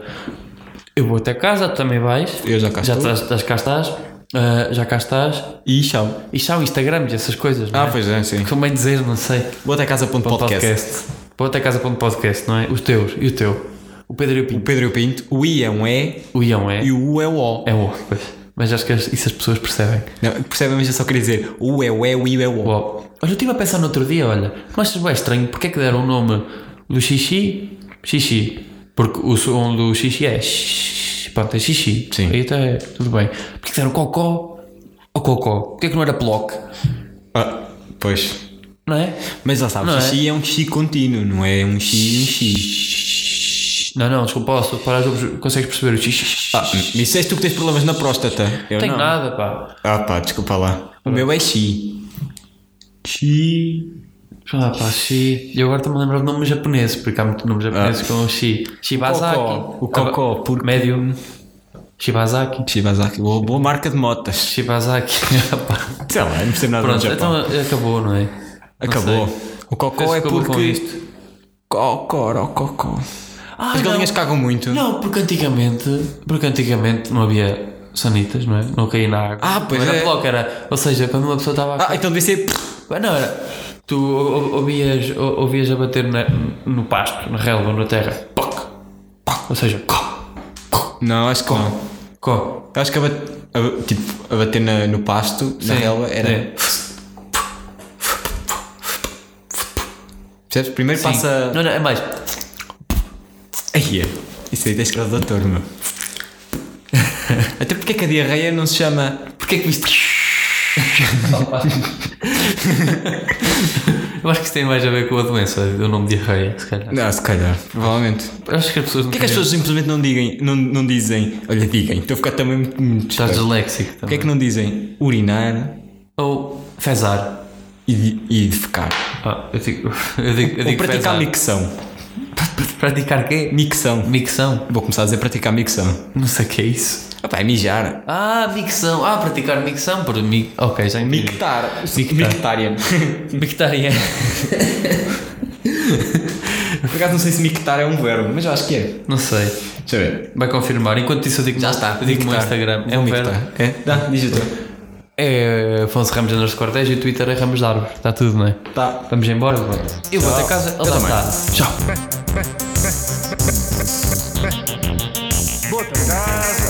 Speaker 2: eu vou até casa, tu também vais.
Speaker 3: Eu já cá
Speaker 2: já
Speaker 3: estou.
Speaker 2: estás, estás- cá estás. Ah, já cá estás.
Speaker 3: E tchau.
Speaker 2: E já o Instagram e essas coisas, não
Speaker 3: Ah,
Speaker 2: é?
Speaker 3: pois é, sim.
Speaker 2: Como bem dizer, não sei.
Speaker 3: Vou até casa.podcast.
Speaker 2: Podcast. Vou até casa.podcast, não é? Os teus e o teu. O Pedro e o
Speaker 3: O
Speaker 2: Pinto.
Speaker 3: Pedro e o Pinto. O I é um E
Speaker 2: O Ião é.
Speaker 3: e o U é o O.
Speaker 2: É o. Pois. Mas acho que as- isso as pessoas percebem.
Speaker 3: Não, percebem, mas eu só queria dizer o U é o E, o I é o O.
Speaker 2: Uau. Olha, eu estive a pensar no outro dia, olha, não achas bem estranho porque é que deram o nome do xixi? Xixi. Porque o som do xixi é xixi. Pronto, é xixi.
Speaker 3: Sim.
Speaker 2: Aí até tudo bem. Porque é que deram cocó ou cocó? Porque é que não era ploc?
Speaker 3: Ah, pois.
Speaker 2: Não é?
Speaker 3: Mas já sabes,
Speaker 2: Não é?
Speaker 3: xixi é? um xixi contínuo, não é um xixi e um xixi.
Speaker 2: Não, não, desculpa, posso parar, consegues perceber o xixi?
Speaker 3: Ah, isso és tu que tens problemas na próstata. Eu
Speaker 2: não tenho
Speaker 3: não.
Speaker 2: nada, pá.
Speaker 3: Ah pá, desculpa lá. O meu é Xi. Xi.
Speaker 2: Ah, pá, xi. E agora estou-me a lembrar de nomes japoneses, porque há muito nomes japoneses com um xi. Shibazaki.
Speaker 3: Cocó. Ah. O cocó, porque-
Speaker 2: Médio. Shibazaki.
Speaker 3: Shibazaki. Boa, boa marca de motas.
Speaker 2: Shibazaki. Pá.
Speaker 3: Sei lá, não percebo nada
Speaker 2: Pronto,
Speaker 3: do Japão.
Speaker 2: então acabou, não é?
Speaker 3: Acabou.
Speaker 2: Não sei.
Speaker 3: O cocó é
Speaker 2: Acabou com
Speaker 3: porque...
Speaker 2: isto.
Speaker 3: Cocoró, cocó.
Speaker 2: Ah,
Speaker 3: As galinhas
Speaker 2: não.
Speaker 3: cagam muito.
Speaker 2: Não, porque antigamente, porque antigamente não havia sanitas, não é? Não caía na água.
Speaker 3: Ah, pois
Speaker 2: não era
Speaker 3: é.
Speaker 2: bloco, era. Ou seja, quando uma pessoa estava a
Speaker 3: Ah, então devia ser...
Speaker 2: Mas Não era. Tu ou- ou- ouvias, ou- ouvias a bater na- no pasto, na relva, na terra. Poc, poc, ou seja, có,
Speaker 3: Não, acho que não.
Speaker 2: có.
Speaker 3: Eu acho que a, bat- a- tipo, a bater na- no pasto, na
Speaker 2: Sim,
Speaker 3: relva, era...
Speaker 2: é.
Speaker 3: Percebes? Primeiro passa...
Speaker 2: Não, não, é mais.
Speaker 3: Aí é. Isso aí tens que ir ao doutor, meu. Até porque é que a diarreia não se chama... Porquê é que isto...
Speaker 2: Eu acho que isso tem mais a ver com a doença, o nome de diarreia, se calhar.
Speaker 3: Não, se calhar. Provavelmente.
Speaker 2: Eu Acho que as pessoas.
Speaker 3: Porquê é que as pessoas simplesmente não, digam, não, não dizem... Olha, digam. Estou a ficar também muito... muito
Speaker 2: Estás
Speaker 3: esperto.
Speaker 2: disléxico
Speaker 3: Porquê
Speaker 2: também.
Speaker 3: é que não dizem urinar
Speaker 2: Ou fezar.
Speaker 3: e, e defecar?
Speaker 2: Ah, eu digo. Eu digo, eu
Speaker 3: Ou
Speaker 2: digo
Speaker 3: praticar
Speaker 2: fezar.
Speaker 3: micção?
Speaker 2: Praticar quê?
Speaker 3: Micção.
Speaker 2: Micção?
Speaker 3: Vou começar a dizer praticar micção.
Speaker 2: Não sei o que é isso.
Speaker 3: Ah pá, é mijar.
Speaker 2: Ah, micção. Ah, praticar micção por mi... Ok, já entendi.
Speaker 3: Mictar.
Speaker 2: Mictar.
Speaker 3: Mictarian.
Speaker 2: Mictarian.
Speaker 3: Por acaso não sei se mictar é um verbo, mas eu acho que é.
Speaker 2: Não sei.
Speaker 3: Deixa eu ver.
Speaker 2: Vai confirmar. Enquanto isso eu digo
Speaker 3: Já está.
Speaker 2: Eu digo no
Speaker 3: Mictar.
Speaker 2: Instagram. É um
Speaker 3: Mictar.
Speaker 2: verbo.
Speaker 3: É? Dá, diz o teu.
Speaker 2: É Afonso Ramos Andas de Cortejo e o Twitter é Ramos de Árvore. Está tudo, não é?
Speaker 3: Tá.
Speaker 2: Vamos embora? Levanta. Eu vou até casa. Ele já
Speaker 3: também.
Speaker 2: está. Tchau.
Speaker 1: bota casa,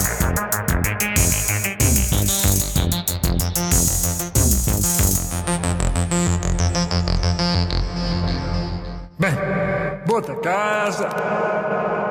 Speaker 1: bem, bota casa.